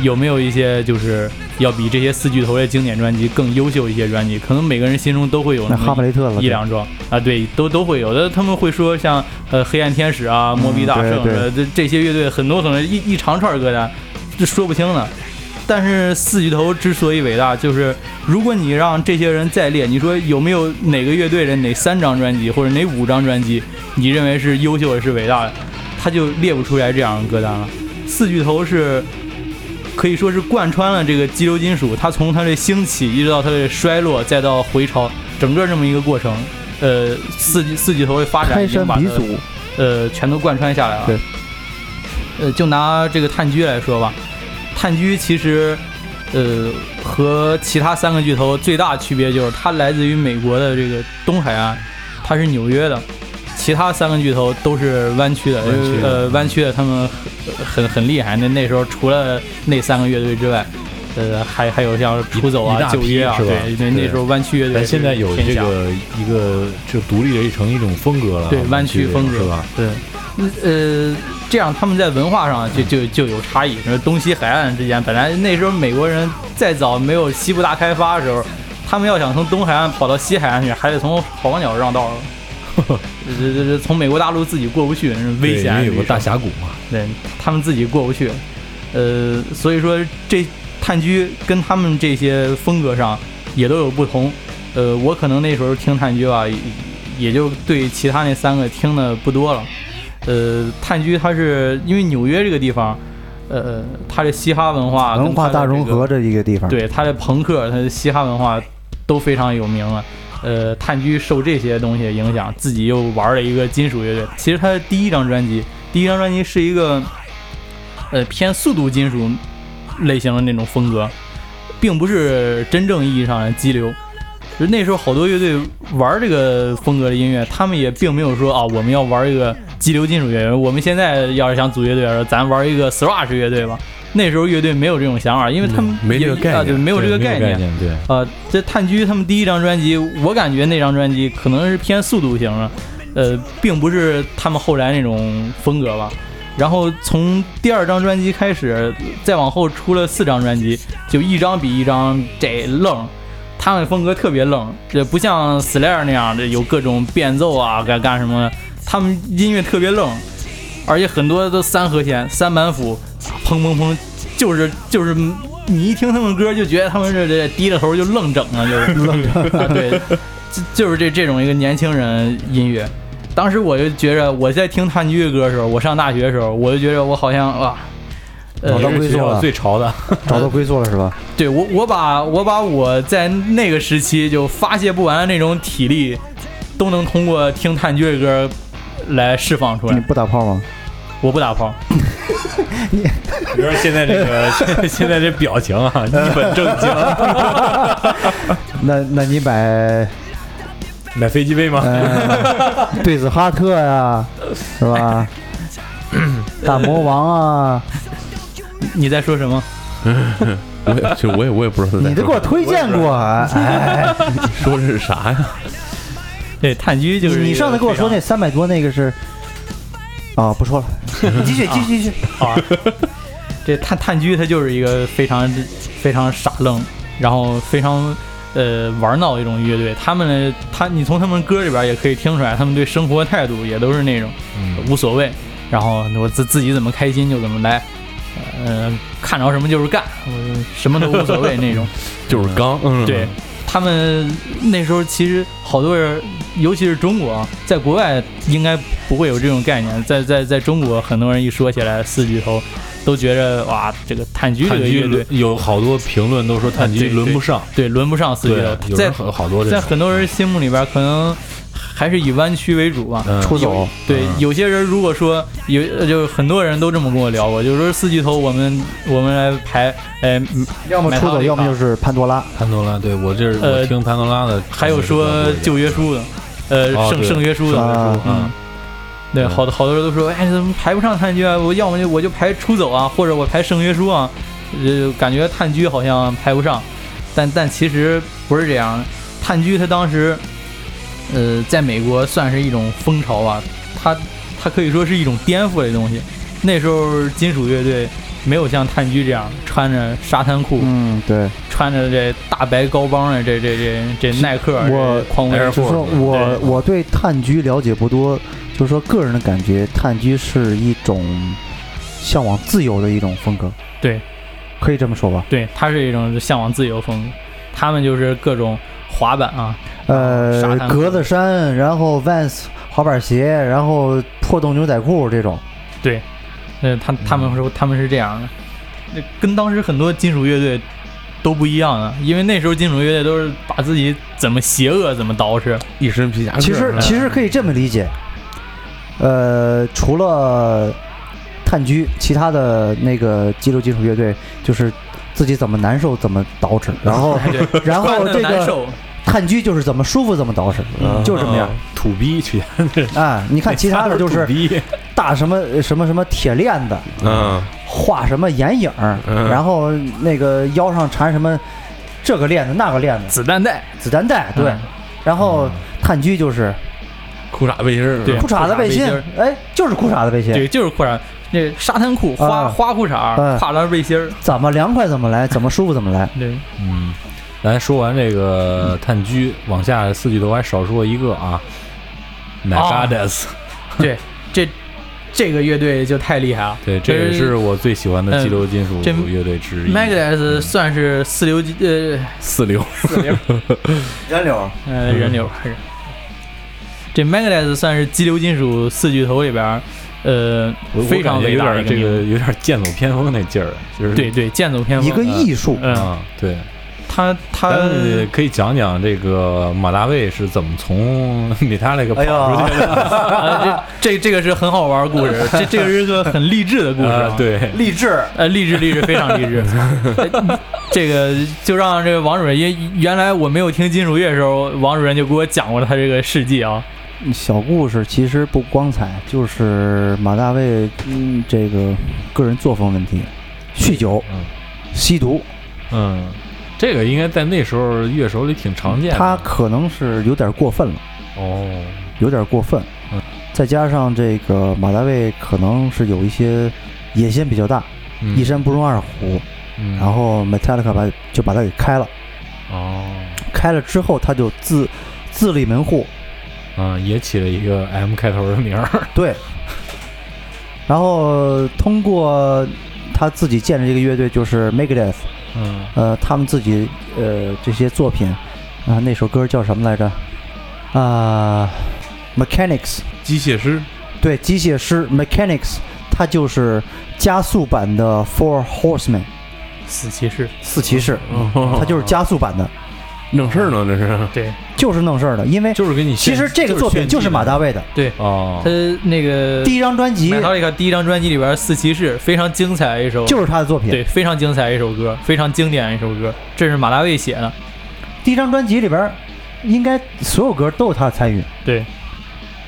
[SPEAKER 5] 有没有一些就是要比这些四巨头的经典专辑更优秀一些专辑？可能每个人心中都会有
[SPEAKER 4] 那
[SPEAKER 5] 那
[SPEAKER 4] 哈
[SPEAKER 5] 么
[SPEAKER 4] 姆雷特了，
[SPEAKER 5] 一两桩啊，对，都都会有的。他们会说像呃黑暗天使啊、摩比大圣
[SPEAKER 4] 嗯对对
[SPEAKER 5] 呃这这些乐队很多很多一一长串歌单，这说不清的。但是四巨头之所以伟大，就是如果你让这些人再列，你说有没有哪个乐队的哪三张专辑或者哪五张专辑，你认为是优秀的、是伟大的，他就列不出来这样的歌单了。四巨头是可以说是贯穿了这个激流金属，它从它的兴起一直到它的衰落，再到回潮，整个这么一个过程。呃，四巨四巨头的发展
[SPEAKER 4] 开
[SPEAKER 5] 已经
[SPEAKER 4] 山
[SPEAKER 5] 把它
[SPEAKER 4] 鼻祖，
[SPEAKER 5] 呃全都贯穿下来了。
[SPEAKER 4] 对，
[SPEAKER 5] 呃，就拿这个炭疽来说吧，炭疽其实呃和其他三个巨头最大区别就是它来自于美国的这个东海岸，它是纽约的。其他三个巨头都是湾区的，
[SPEAKER 3] 湾区的
[SPEAKER 5] 呃，湾区的他们很很很厉害。那那时候除了那三个乐队之外，呃，还还有像出走
[SPEAKER 2] 一
[SPEAKER 5] 啊
[SPEAKER 2] 大、批
[SPEAKER 5] 九约啊，
[SPEAKER 2] 是吧
[SPEAKER 5] 对，那那时候湾区乐队
[SPEAKER 2] 咱
[SPEAKER 5] 是
[SPEAKER 2] 现在有
[SPEAKER 5] 天
[SPEAKER 2] 这
[SPEAKER 5] 下
[SPEAKER 2] 个一个就独立的成一种风格了，
[SPEAKER 5] 对湾区风格
[SPEAKER 2] 是吧？
[SPEAKER 5] 对，呃，这样他们在文化上就就就有差异。说东西海岸之间，本来那时候美国人再早没有西部大开发的时候，他们要想从东海岸跑到西海岸去，还得从好望角 绕道儿。这这这从美国大陆自己过不去，危
[SPEAKER 2] 对
[SPEAKER 5] 险。
[SPEAKER 2] 因为有个大峡谷嘛，
[SPEAKER 5] 对他们自己过不去。呃，所以说这炭疽跟他们这些风格上也都有不同。呃，我可能那时候听炭疽吧，也也就对其他那三个听的不多了。呃，炭疽它是因为纽约这个地方，呃，它的嘻哈文化跟
[SPEAKER 4] 文化
[SPEAKER 5] 它的
[SPEAKER 4] 大融
[SPEAKER 5] 这个
[SPEAKER 4] 合这一个地方。，
[SPEAKER 5] 对，他的朋克、他的嘻哈文化都非常有名了。呃，炭疽受这些东西的影响，自己又玩了一个金属乐队。其实他的第一张专辑，第一张专辑是一个呃偏速度金属类型的那种风格，并不是真正意义上的激流。就是那时候好多乐队玩这个风格的音乐，他们也并没有说啊，我们要玩一个激流金属乐队。我们现在要是想组乐队，说咱玩一个 thrash 乐队吧。那时候乐队没有这种想法，因为他们
[SPEAKER 3] 嗯没这个
[SPEAKER 5] 也
[SPEAKER 3] 概念
[SPEAKER 5] 啊对，没有这
[SPEAKER 2] 对
[SPEAKER 5] 个
[SPEAKER 2] 没有
[SPEAKER 5] 概
[SPEAKER 2] 概
[SPEAKER 5] 念。
[SPEAKER 2] 念，对。
[SPEAKER 5] 呃，这炭疽他们第一张专辑，我感觉那张专辑可能是偏速度型的，呃，并不是他们后来那种风格吧。然后从第二张专辑开始，再往后出了四张专辑，就一张比一张这愣，他们风格特别愣，这不像 Slayer 那样的有各种变奏啊，干干什么的，他们音乐特别愣，而且很多都三和弦、三板斧，砰砰砰，就是就是你一听他们歌就觉得他们这这低着头就愣整啊，就是 愣整啊，对，就就是这这种一个年轻人音乐。当时我就觉着我在听炭疽歌的时候，我上大学的时候，我就觉着我好像哇，呃
[SPEAKER 4] 找，到归宿了，
[SPEAKER 2] 最潮的，
[SPEAKER 4] 找到归宿了是 吧？
[SPEAKER 5] 对我，我把我把我在那个时期就发泄不完的那种体力，都能通过听炭疽的歌来释放出
[SPEAKER 4] 你
[SPEAKER 5] 来。
[SPEAKER 4] 不打炮吗？
[SPEAKER 5] 我不打炮，
[SPEAKER 2] 比如说现在这个 现在这表情 啊，一本正经。
[SPEAKER 4] 那那你买
[SPEAKER 2] 买飞机杯吗？
[SPEAKER 4] 呃 对子哈特呀，是吧？大魔王啊，
[SPEAKER 5] 你在说什么？
[SPEAKER 3] 我也其实我也我也不知道他在
[SPEAKER 4] 你都给我推荐过，哎，
[SPEAKER 3] 说的是啥呀？
[SPEAKER 5] 对，炭疽就是
[SPEAKER 4] 你
[SPEAKER 5] 一
[SPEAKER 4] 你
[SPEAKER 5] 个
[SPEAKER 4] 上次跟我
[SPEAKER 5] 非常
[SPEAKER 4] 说那三百多那个是，啊，不 说了，你继续继续继续，
[SPEAKER 5] 啊，这炭炭疽它就是一个非常非常傻愣，然后非常呃玩闹的一种乐队。他们呢，他你从他们歌里边也可以听出来，他们对生活态度也都是那种
[SPEAKER 2] 嗯
[SPEAKER 5] 无所谓，然后我自自己怎么开心就怎么来，呃，看着什么就是干，我什么都无所谓那种。
[SPEAKER 3] 就是刚，嗯，
[SPEAKER 5] 对，他们那时候其实好多人，尤其是中国啊，在国外应该不会有这种概念，在在在中国，很多人一说起来四巨头，都觉着哇，这个炭疽这
[SPEAKER 2] 炭
[SPEAKER 5] 个
[SPEAKER 2] 疽
[SPEAKER 5] 乐
[SPEAKER 2] 轮
[SPEAKER 5] 队
[SPEAKER 2] 有好多评论都说炭
[SPEAKER 5] 啊对
[SPEAKER 2] 疽轮不上，
[SPEAKER 5] 对轮不上四巨
[SPEAKER 2] 对，
[SPEAKER 5] 头，
[SPEAKER 2] 有
[SPEAKER 5] 在
[SPEAKER 2] 人很好多这
[SPEAKER 5] 在
[SPEAKER 2] 种
[SPEAKER 5] 很多人心目里边，可能还是以湾区为主吧。
[SPEAKER 2] 嗯
[SPEAKER 4] 出走，
[SPEAKER 5] 对
[SPEAKER 2] 嗯，
[SPEAKER 5] 有些人如果说有，呃就是很多人都这么跟我聊过，就是说四巨头，我们我们来排，哎，嗯
[SPEAKER 4] 要么出走，要么就是潘多拉，
[SPEAKER 2] 潘多拉，对我这是我
[SPEAKER 5] 呃
[SPEAKER 2] 听潘多拉的，
[SPEAKER 5] 还有说旧约书的，
[SPEAKER 2] 哦
[SPEAKER 5] 呃，圣
[SPEAKER 2] 对
[SPEAKER 5] 圣约书的，
[SPEAKER 4] 啊，
[SPEAKER 5] 嗯，对，
[SPEAKER 2] 嗯
[SPEAKER 5] 好多好多人都说，哎，怎么排不上炭疽啊？我要么就我就排出走啊，或者我排圣约书啊，呃，感觉炭疽好像排不上，但但其实不是这样，炭疽它当时，呃，在美国算是一种风潮吧，它它可以说是一种颠覆类的东西。那时候金属乐队没有像炭疽这样穿着沙滩裤，
[SPEAKER 4] 嗯，对，
[SPEAKER 5] 穿着这大白高帮的这这这这耐克儿
[SPEAKER 4] 我哎
[SPEAKER 5] 这匡威
[SPEAKER 2] Air
[SPEAKER 4] 就是
[SPEAKER 2] Force
[SPEAKER 4] 说我
[SPEAKER 5] 对
[SPEAKER 4] 我对炭疽了解不多，就是说个人的感觉，炭疽是一种向往自由的一种风格，
[SPEAKER 5] 对，
[SPEAKER 4] 可以这么说吧。
[SPEAKER 5] 对，它是一种向往自由风格，他们就是各种滑板啊，
[SPEAKER 4] 呃
[SPEAKER 5] 沙，滩
[SPEAKER 4] 格
[SPEAKER 5] 裤
[SPEAKER 4] 子衫，然后 Vans 滑板鞋，然后破洞牛仔裤这种，
[SPEAKER 5] 呃，他他
[SPEAKER 4] 嗯
[SPEAKER 5] 们说他们是这样的，那跟当时很多金属乐队都不一样啊，因为那时候金属乐队都是把自己怎么邪恶怎么捯饬，
[SPEAKER 3] 一身皮夹
[SPEAKER 5] 啊
[SPEAKER 3] 克，
[SPEAKER 4] 其实
[SPEAKER 3] 嗯
[SPEAKER 4] 其实可以这么理解，呃，除了炭疽，其他的那个激流金属乐队就是自己怎么难受怎么捯 饬，然后
[SPEAKER 5] 对，
[SPEAKER 4] 然后
[SPEAKER 5] 穿
[SPEAKER 4] 哦这
[SPEAKER 5] 得难
[SPEAKER 4] 个
[SPEAKER 5] 受，
[SPEAKER 4] 炭疽就是怎么舒服怎么捯饬，
[SPEAKER 2] 嗯
[SPEAKER 4] 就这么样。
[SPEAKER 2] 土逼 去，
[SPEAKER 5] 嗯
[SPEAKER 4] 啊。你
[SPEAKER 2] 哎
[SPEAKER 4] 看其他的就
[SPEAKER 2] 土
[SPEAKER 4] 是
[SPEAKER 2] 逼，
[SPEAKER 4] 大什么什么什么铁链子，
[SPEAKER 3] 嗯，
[SPEAKER 4] 画什么眼影儿，
[SPEAKER 3] 嗯
[SPEAKER 4] 然后那个腰上缠什么这个链子那个链子，
[SPEAKER 5] 子弹带，
[SPEAKER 4] 子弹带对
[SPEAKER 5] 嗯，
[SPEAKER 4] 然后炭疽就是
[SPEAKER 3] 裤衩背心儿，啊
[SPEAKER 5] 对
[SPEAKER 4] 裤衩子背心
[SPEAKER 5] 裤衩背，
[SPEAKER 4] 哎，就是裤衩子背心，
[SPEAKER 5] 对，就是裤衩，那沙滩裤、花、
[SPEAKER 4] 啊
[SPEAKER 5] 花裤衩、
[SPEAKER 4] 啊
[SPEAKER 5] 跨栏背心儿，
[SPEAKER 4] 怎么凉快怎么来，怎么舒服怎么来。
[SPEAKER 5] 对，
[SPEAKER 2] 嗯，咱说完这个炭疽，往下四巨头还少说一个啊 n a g a d e
[SPEAKER 4] 哦
[SPEAKER 2] s
[SPEAKER 5] 这这个乐队就太厉害了。
[SPEAKER 2] 对，这也
[SPEAKER 5] 这
[SPEAKER 2] 是我最喜欢的激流金
[SPEAKER 4] 哎
[SPEAKER 2] 属
[SPEAKER 5] 这
[SPEAKER 2] 乐队之一。
[SPEAKER 5] Megadeth 算是四流呃
[SPEAKER 2] 四流，
[SPEAKER 5] 四流
[SPEAKER 4] 人流，
[SPEAKER 5] 呃，
[SPEAKER 2] 嗯
[SPEAKER 5] 人流还是。这 Megadeth 算是激流金属四巨头里边儿，呃
[SPEAKER 2] 我，
[SPEAKER 5] 非常
[SPEAKER 2] 我感觉
[SPEAKER 5] 伟
[SPEAKER 2] 有
[SPEAKER 5] 大的
[SPEAKER 2] 点
[SPEAKER 5] 一个
[SPEAKER 2] 这
[SPEAKER 5] 名
[SPEAKER 2] 个
[SPEAKER 5] 字。
[SPEAKER 2] 有点剑走偏锋那劲
[SPEAKER 3] 啊
[SPEAKER 2] 儿，就是
[SPEAKER 5] 对对，剑走偏
[SPEAKER 4] 一个
[SPEAKER 5] 锋。啊
[SPEAKER 4] 艺术，
[SPEAKER 5] 嗯，
[SPEAKER 2] 啊，对，
[SPEAKER 5] 他他
[SPEAKER 2] 咱
[SPEAKER 3] 呃
[SPEAKER 2] 们可以讲讲这个马大卫是怎么从米塔那个跑
[SPEAKER 4] 哎
[SPEAKER 2] 出
[SPEAKER 4] 呀
[SPEAKER 2] 去，
[SPEAKER 5] 啊这这这个是很好玩的故事，这这个是个很励志的故事
[SPEAKER 2] 的
[SPEAKER 5] 啊
[SPEAKER 2] 啊？。对，
[SPEAKER 4] 励志，
[SPEAKER 5] 呃，励志励志，非常励 志。呃这个就让这个王主任，因原来我没有听金属乐的时候，王主任就给我讲过他这个事迹啊。
[SPEAKER 4] 小故事其实不光彩，就是马大卫嗯这个个人作风问题，酗酒
[SPEAKER 2] 嗯、
[SPEAKER 4] 吸毒，
[SPEAKER 2] 嗯，这个应该在那时候乐手里挺常见的。
[SPEAKER 4] 他可能是有点过分了，
[SPEAKER 2] 哦，
[SPEAKER 4] 有点过分
[SPEAKER 2] 嗯，
[SPEAKER 4] 再加上这个马大卫可能是有一些野心比较大，
[SPEAKER 2] 嗯
[SPEAKER 4] 一山不容二虎，
[SPEAKER 2] 嗯
[SPEAKER 4] 然后 Metallica 把就把他给开了，
[SPEAKER 2] 哦，
[SPEAKER 4] 开了之后他就自自立门户，
[SPEAKER 2] 嗯，也起了一个 M 开头的名儿。
[SPEAKER 4] 对，然后通过他自己建立这个乐队就是 Megadeth，
[SPEAKER 2] 嗯，
[SPEAKER 4] 呃，他们自己呃这些作品啊、那首歌叫什么来着？啊、m e c h a n i c s
[SPEAKER 3] 机械师，
[SPEAKER 4] 对，机械师 Mechanics，它就是加速版的 Four Horsemen
[SPEAKER 5] 死骑士，
[SPEAKER 4] 四骑士，
[SPEAKER 3] 他
[SPEAKER 4] 它哦就是加速版的，
[SPEAKER 3] 弄事儿呢，这是
[SPEAKER 5] 对
[SPEAKER 2] 哦
[SPEAKER 4] 就是弄事儿的。因为
[SPEAKER 2] 就是给你
[SPEAKER 4] 其
[SPEAKER 2] 献
[SPEAKER 4] 实这个作品就是马大卫的
[SPEAKER 5] 对，
[SPEAKER 2] 哦
[SPEAKER 5] 他，那个
[SPEAKER 4] 第一张专辑，
[SPEAKER 5] Metallica 第一张专辑里边《四骑士》非常精彩的一首，
[SPEAKER 4] 就是他的作品。
[SPEAKER 5] 对，非常精彩的一首歌，非常经典的一首歌，这是马大卫写的。
[SPEAKER 4] 第一张专辑里边儿，应该所有歌都有他的参与。
[SPEAKER 5] 对，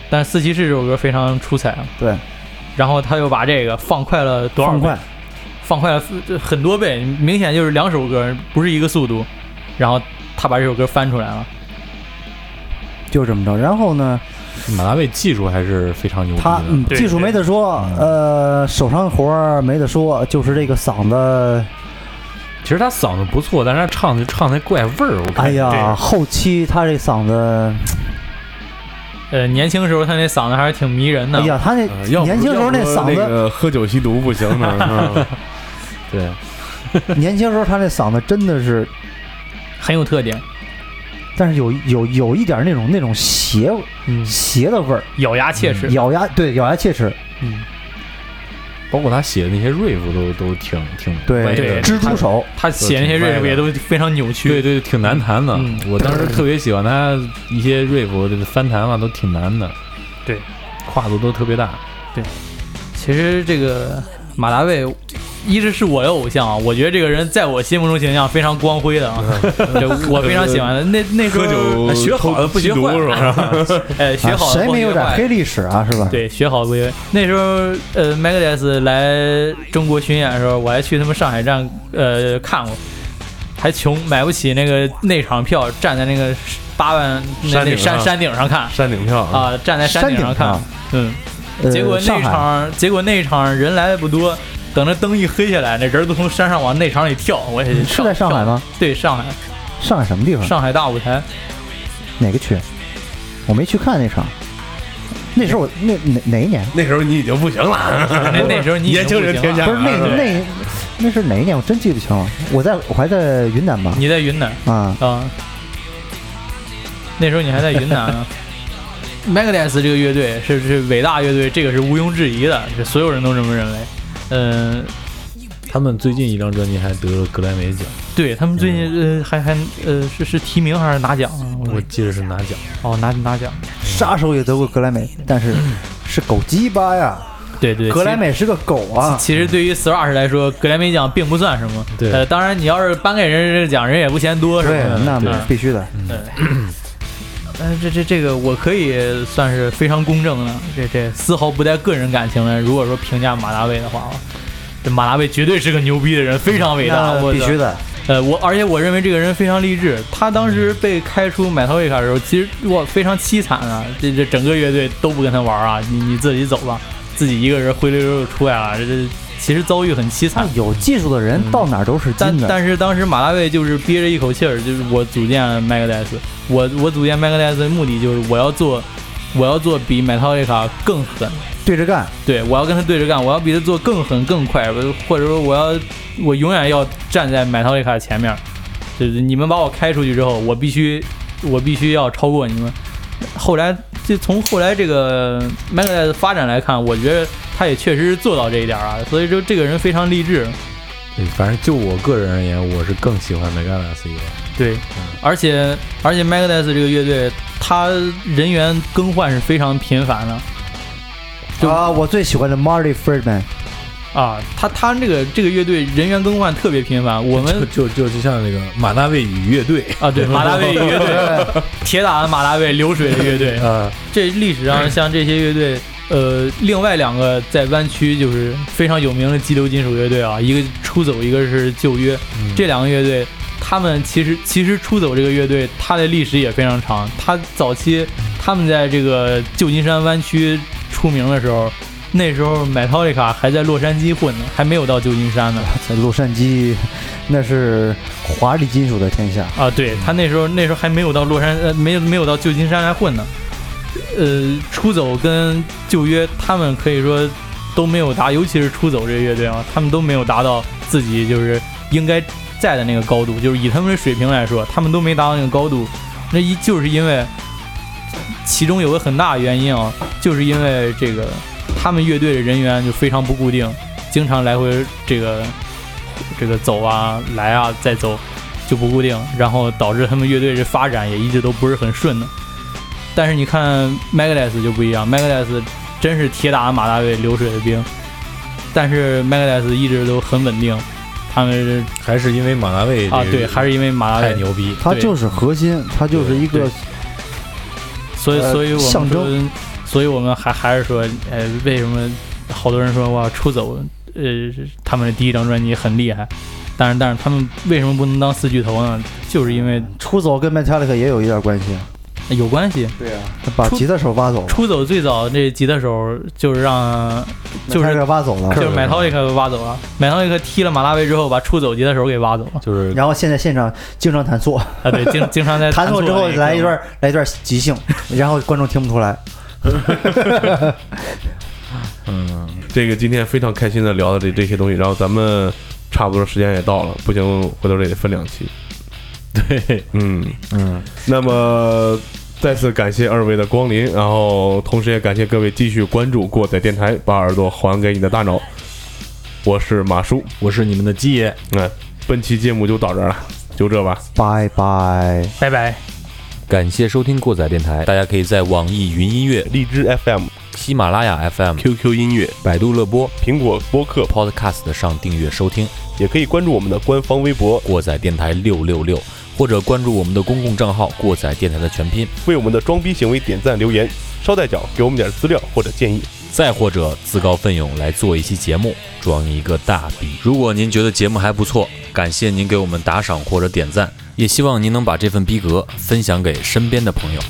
[SPEAKER 5] 但是《四骑士》这首歌非常出彩啊。
[SPEAKER 4] 对，
[SPEAKER 5] 然后他又把这个放快了多少
[SPEAKER 4] 放
[SPEAKER 5] 倍
[SPEAKER 4] 快，
[SPEAKER 5] 放快了这很多倍，明显就是两首歌不是一个速度，然后他把这首歌翻出来了。
[SPEAKER 4] 就这么着。然后呢，
[SPEAKER 1] 马大卫技术还是非常牛逼
[SPEAKER 4] 他
[SPEAKER 1] 的，
[SPEAKER 4] 嗯
[SPEAKER 5] 对
[SPEAKER 4] 技术没得说，呃，手上活儿没得说，就是这个嗓子，
[SPEAKER 1] 其实他嗓子不错，但是他唱就唱那怪味儿，我感觉
[SPEAKER 4] 哎呀，
[SPEAKER 5] 对
[SPEAKER 4] 后期他这嗓子，
[SPEAKER 5] 呃，年轻时候他那嗓子还是挺迷人的。
[SPEAKER 4] 哎呀，他那
[SPEAKER 3] 呃要不
[SPEAKER 4] 年轻时候
[SPEAKER 3] 要不
[SPEAKER 4] 嗓子
[SPEAKER 3] 那个喝酒吸毒不行呢，是 吧
[SPEAKER 1] 对，
[SPEAKER 4] 年轻时候他那嗓子真的是，
[SPEAKER 5] 很有特点，
[SPEAKER 4] 但是有有有一点那种那种邪
[SPEAKER 5] 嗯，
[SPEAKER 4] 邪的味儿，
[SPEAKER 5] 咬牙切齿，
[SPEAKER 4] 嗯咬牙对咬牙切齿，
[SPEAKER 5] 嗯，
[SPEAKER 1] 包括他写的那些 riff 都都挺挺
[SPEAKER 4] 对
[SPEAKER 5] 对
[SPEAKER 4] 蜘蛛手，啊
[SPEAKER 5] 他写那些
[SPEAKER 1] 挺歪
[SPEAKER 5] rap
[SPEAKER 1] 的
[SPEAKER 5] 也都非常扭曲。
[SPEAKER 1] 对对，挺难弹的。
[SPEAKER 5] 嗯
[SPEAKER 1] 我当时特别喜欢他一些 riff 的翻弹嘛，都挺难的。
[SPEAKER 5] 对，
[SPEAKER 1] 跨度都特别大。
[SPEAKER 5] 其实这个马大卫，一直是我的偶像啊，我觉得这个人在我心目中形象非常光辉的啊，对我非常喜欢的。那那时
[SPEAKER 3] 嗯喝
[SPEAKER 5] 候，
[SPEAKER 3] 酒
[SPEAKER 1] 学好了
[SPEAKER 3] 偷
[SPEAKER 1] 不学
[SPEAKER 3] 吸毒
[SPEAKER 1] 坏
[SPEAKER 3] 是吧？
[SPEAKER 5] 啊 哎，学
[SPEAKER 4] 啊
[SPEAKER 5] 好了
[SPEAKER 4] 谁
[SPEAKER 5] 忘
[SPEAKER 4] 没
[SPEAKER 5] 学
[SPEAKER 4] 有点
[SPEAKER 5] 坏
[SPEAKER 4] 黑历史啊？是吧？
[SPEAKER 5] 对，学好归。那时候，呃，Megadeth 来中国巡演的时候，我还去他们上海站，呃，看过，还穷，买不起那个内场票，站在那个八万那
[SPEAKER 3] 山
[SPEAKER 5] 那
[SPEAKER 3] 顶
[SPEAKER 5] 山
[SPEAKER 3] 上
[SPEAKER 5] 山顶上看
[SPEAKER 3] 山顶票啊，
[SPEAKER 5] 啊，站在
[SPEAKER 4] 山
[SPEAKER 5] 顶
[SPEAKER 4] 顶
[SPEAKER 5] 上看
[SPEAKER 4] 上，
[SPEAKER 5] 嗯，
[SPEAKER 4] 呃，
[SPEAKER 5] 结果
[SPEAKER 4] 上
[SPEAKER 5] 那
[SPEAKER 4] 海
[SPEAKER 5] 场，结果那场人来的不多，等着灯一黑下来，那人都从山上往内场里跳，我也
[SPEAKER 4] 嗯是在上海？吗？
[SPEAKER 5] 跳对，上海，
[SPEAKER 4] 上海什么地方？
[SPEAKER 5] 上海大舞台，
[SPEAKER 4] 哪个区？我没去看那场。那时候我那哪哪一
[SPEAKER 5] 啊
[SPEAKER 4] 年？
[SPEAKER 3] 那时候你已经不行了，
[SPEAKER 5] 那那时候你已经
[SPEAKER 3] 年轻人
[SPEAKER 5] 不行
[SPEAKER 3] 天
[SPEAKER 5] 了
[SPEAKER 3] 下
[SPEAKER 4] 不是那
[SPEAKER 5] 对
[SPEAKER 4] 那那是哪一年？我真记不清了。我在我还在云南吧？
[SPEAKER 5] 你在云南。
[SPEAKER 4] 啊，
[SPEAKER 5] 啊，那时候你还在云南啊呢。Megadeth 这个乐队是是伟大乐队，这个是毋庸置疑的，是所有人都这么认为。嗯、
[SPEAKER 1] 他们最近一张专辑还得了格莱美奖，嗯
[SPEAKER 5] 对他们最近呃还还呃是是提名还是拿奖啊？
[SPEAKER 1] 我
[SPEAKER 5] 我
[SPEAKER 1] 记得是拿奖。
[SPEAKER 5] 哦拿拿奖，
[SPEAKER 4] 杀手也得过格莱美，但 是是狗鸡巴呀！
[SPEAKER 5] 对对，
[SPEAKER 4] 格莱美是个狗啊！
[SPEAKER 5] 其实对于 Slash 来说，格莱美奖并不算什么。
[SPEAKER 1] 对
[SPEAKER 5] 呃，当然你要是颁给人这个奖，人也不嫌多，是吧
[SPEAKER 4] 对？，那必须的。
[SPEAKER 5] 但呃是这这这个我可以算是非常公正的，这这丝毫不带个人感情的。如果说评价马大卫的话，啊，这马大卫绝对是个牛逼的人，非常伟大，
[SPEAKER 4] 那
[SPEAKER 5] 我
[SPEAKER 4] 必须
[SPEAKER 5] 的。
[SPEAKER 4] 的，
[SPEAKER 5] 呃，我而且我认为这个人非常励志。他当时被开出买头位卡的时候，其实我非常凄惨啊，这这整个乐队都不跟他玩啊，你你自己走吧，自己一个人灰溜溜地出来了，这这其实遭遇很凄惨
[SPEAKER 4] 那。有技术的人到哪儿都是
[SPEAKER 5] 嗯但
[SPEAKER 4] 金的。
[SPEAKER 5] 但是当时马大卫就是憋着一口气儿，就是我组建了 Megadeth，我我组建 Megadeth 的目的就是我要做，我要做比 Metallica 更狠，
[SPEAKER 4] 对着干，
[SPEAKER 5] 对我要跟他对着干，我要比他做更狠更快，或者说我要我永远要站在 Metallica 前面，就是你们把我开出去之后，我必须我必须要超过你们。后来就从后来这个 Megadeth 的发展来看，我觉得他也确实是做到这一点儿啊，所以说这个人非常励志。
[SPEAKER 1] 对，反正就我个人而言，我是更喜欢 Megadeth 一点。
[SPEAKER 5] 对，而且而且 Megadeth 这个乐队，它人员更换是非常频繁的就
[SPEAKER 4] 啊！我最喜欢的 Marty Friedman，
[SPEAKER 5] 啊。它它这个这个乐队人员更换特别频繁，我们
[SPEAKER 1] 就就就像那个马大卫与乐队
[SPEAKER 5] 啊， 对马大卫乐队，铁打的马大卫，流水的乐队，
[SPEAKER 1] 啊，
[SPEAKER 5] 这历史上像这些乐队。呃，另外两个在湾区就是非常有名的激流金属乐队啊，一个出走，一个是旧约。这两个乐队，他们其实其实出走这个乐队，它的历史也非常长。它早期他们在这个旧金山湾区出名的时候，那时候 Metallica 还在洛杉矶混呢，还没有到旧金山呢。
[SPEAKER 4] 在洛杉矶，那是华丽金属的天下。
[SPEAKER 5] 啊，对他那时候那时候还没有到洛杉呃没有没有到旧金山来混呢。呃，出走跟旧约他们可以说都没有达，尤其是出走这个乐队啊，他们都没有达到自己就是应该在的那个高度，就是以他们的水平来说，他们都没达到那个高度。那一就是因为其中有个很大的原因啊，就是因为这个他们乐队的人员就非常不固定，经常来回这个这个走啊来啊再走，就不固定，然后导致他们乐队这发展也一直都不是很顺的。但是你看 Megadeth 就不一样，Megadeth 真是铁打的马大卫，流水的兵。但是 Megadeth 一直都很稳定，他们
[SPEAKER 1] 还是因为马大卫
[SPEAKER 5] 啊对，还是因为马大
[SPEAKER 1] 太
[SPEAKER 5] 卫，
[SPEAKER 1] 牛逼。
[SPEAKER 4] 它
[SPEAKER 5] 对
[SPEAKER 4] 就是核心，它就是一
[SPEAKER 5] 对
[SPEAKER 4] 个
[SPEAKER 5] 所以
[SPEAKER 4] 呃
[SPEAKER 5] 所以我
[SPEAKER 4] 象
[SPEAKER 5] 们说，所以我们还还是说，呃，为什么好多人说哇出走，呃他们的第一张专辑很厉害，但是但是他们为什么不能当四巨头呢？就是因为
[SPEAKER 4] 出走跟 Metallica 也有一点关系，
[SPEAKER 5] 有关系。
[SPEAKER 4] 对啊，把
[SPEAKER 5] 出
[SPEAKER 4] 吉他手挖走了，
[SPEAKER 5] 出走最早这吉他手就是让就是
[SPEAKER 4] Metallica 挖走了
[SPEAKER 5] 就，是 Metallica 挖走了，Metallica 啊踢了马拉维之后，把出走吉他手给挖走了
[SPEAKER 1] 就是
[SPEAKER 4] 然后现在现场经常弹错，
[SPEAKER 5] 啊！对，经经常在
[SPEAKER 4] 弹错
[SPEAKER 5] 错
[SPEAKER 4] 之后
[SPEAKER 5] 那个
[SPEAKER 4] 来一段来一段即兴，然后观众听不出来。
[SPEAKER 2] 嗯，
[SPEAKER 3] 这个今天非常开心的聊的这这些东西，然后咱们差不多时间也到了，不行，回头这得分两期。
[SPEAKER 2] 对，
[SPEAKER 3] 嗯，
[SPEAKER 2] 嗯，
[SPEAKER 3] 那么再次感谢二位的光临，然后同时也感谢各位继续关注过载电台，把耳朵还给你的大脑。我是马叔，
[SPEAKER 2] 我是你们的鸡爷，
[SPEAKER 3] 那、本期节目就到这儿了，就这吧。
[SPEAKER 4] 拜拜。
[SPEAKER 5] 拜拜。
[SPEAKER 6] 感谢收听过载电台，大家可以在网易云音乐、
[SPEAKER 3] 荔枝 FM、
[SPEAKER 6] 喜马拉雅 FM、
[SPEAKER 3] QQ 音乐、
[SPEAKER 6] 百度乐播、
[SPEAKER 3] 苹果播客，
[SPEAKER 6] Podcast 上订阅收听
[SPEAKER 3] 也可以关注我们的官方微博，
[SPEAKER 6] 过载电台六六六，或者关注我们的公共账号“过载电台”的全拼，
[SPEAKER 3] 为我们的装逼行为点赞留言。捎带脚给我们点资料或者建议。
[SPEAKER 6] 再或者自告奋勇来做一期节目，装一个大逼。如果您觉得节目还不错，感谢您给我们打赏或者点赞，也希望您能把这份逼格分享给身边的朋友。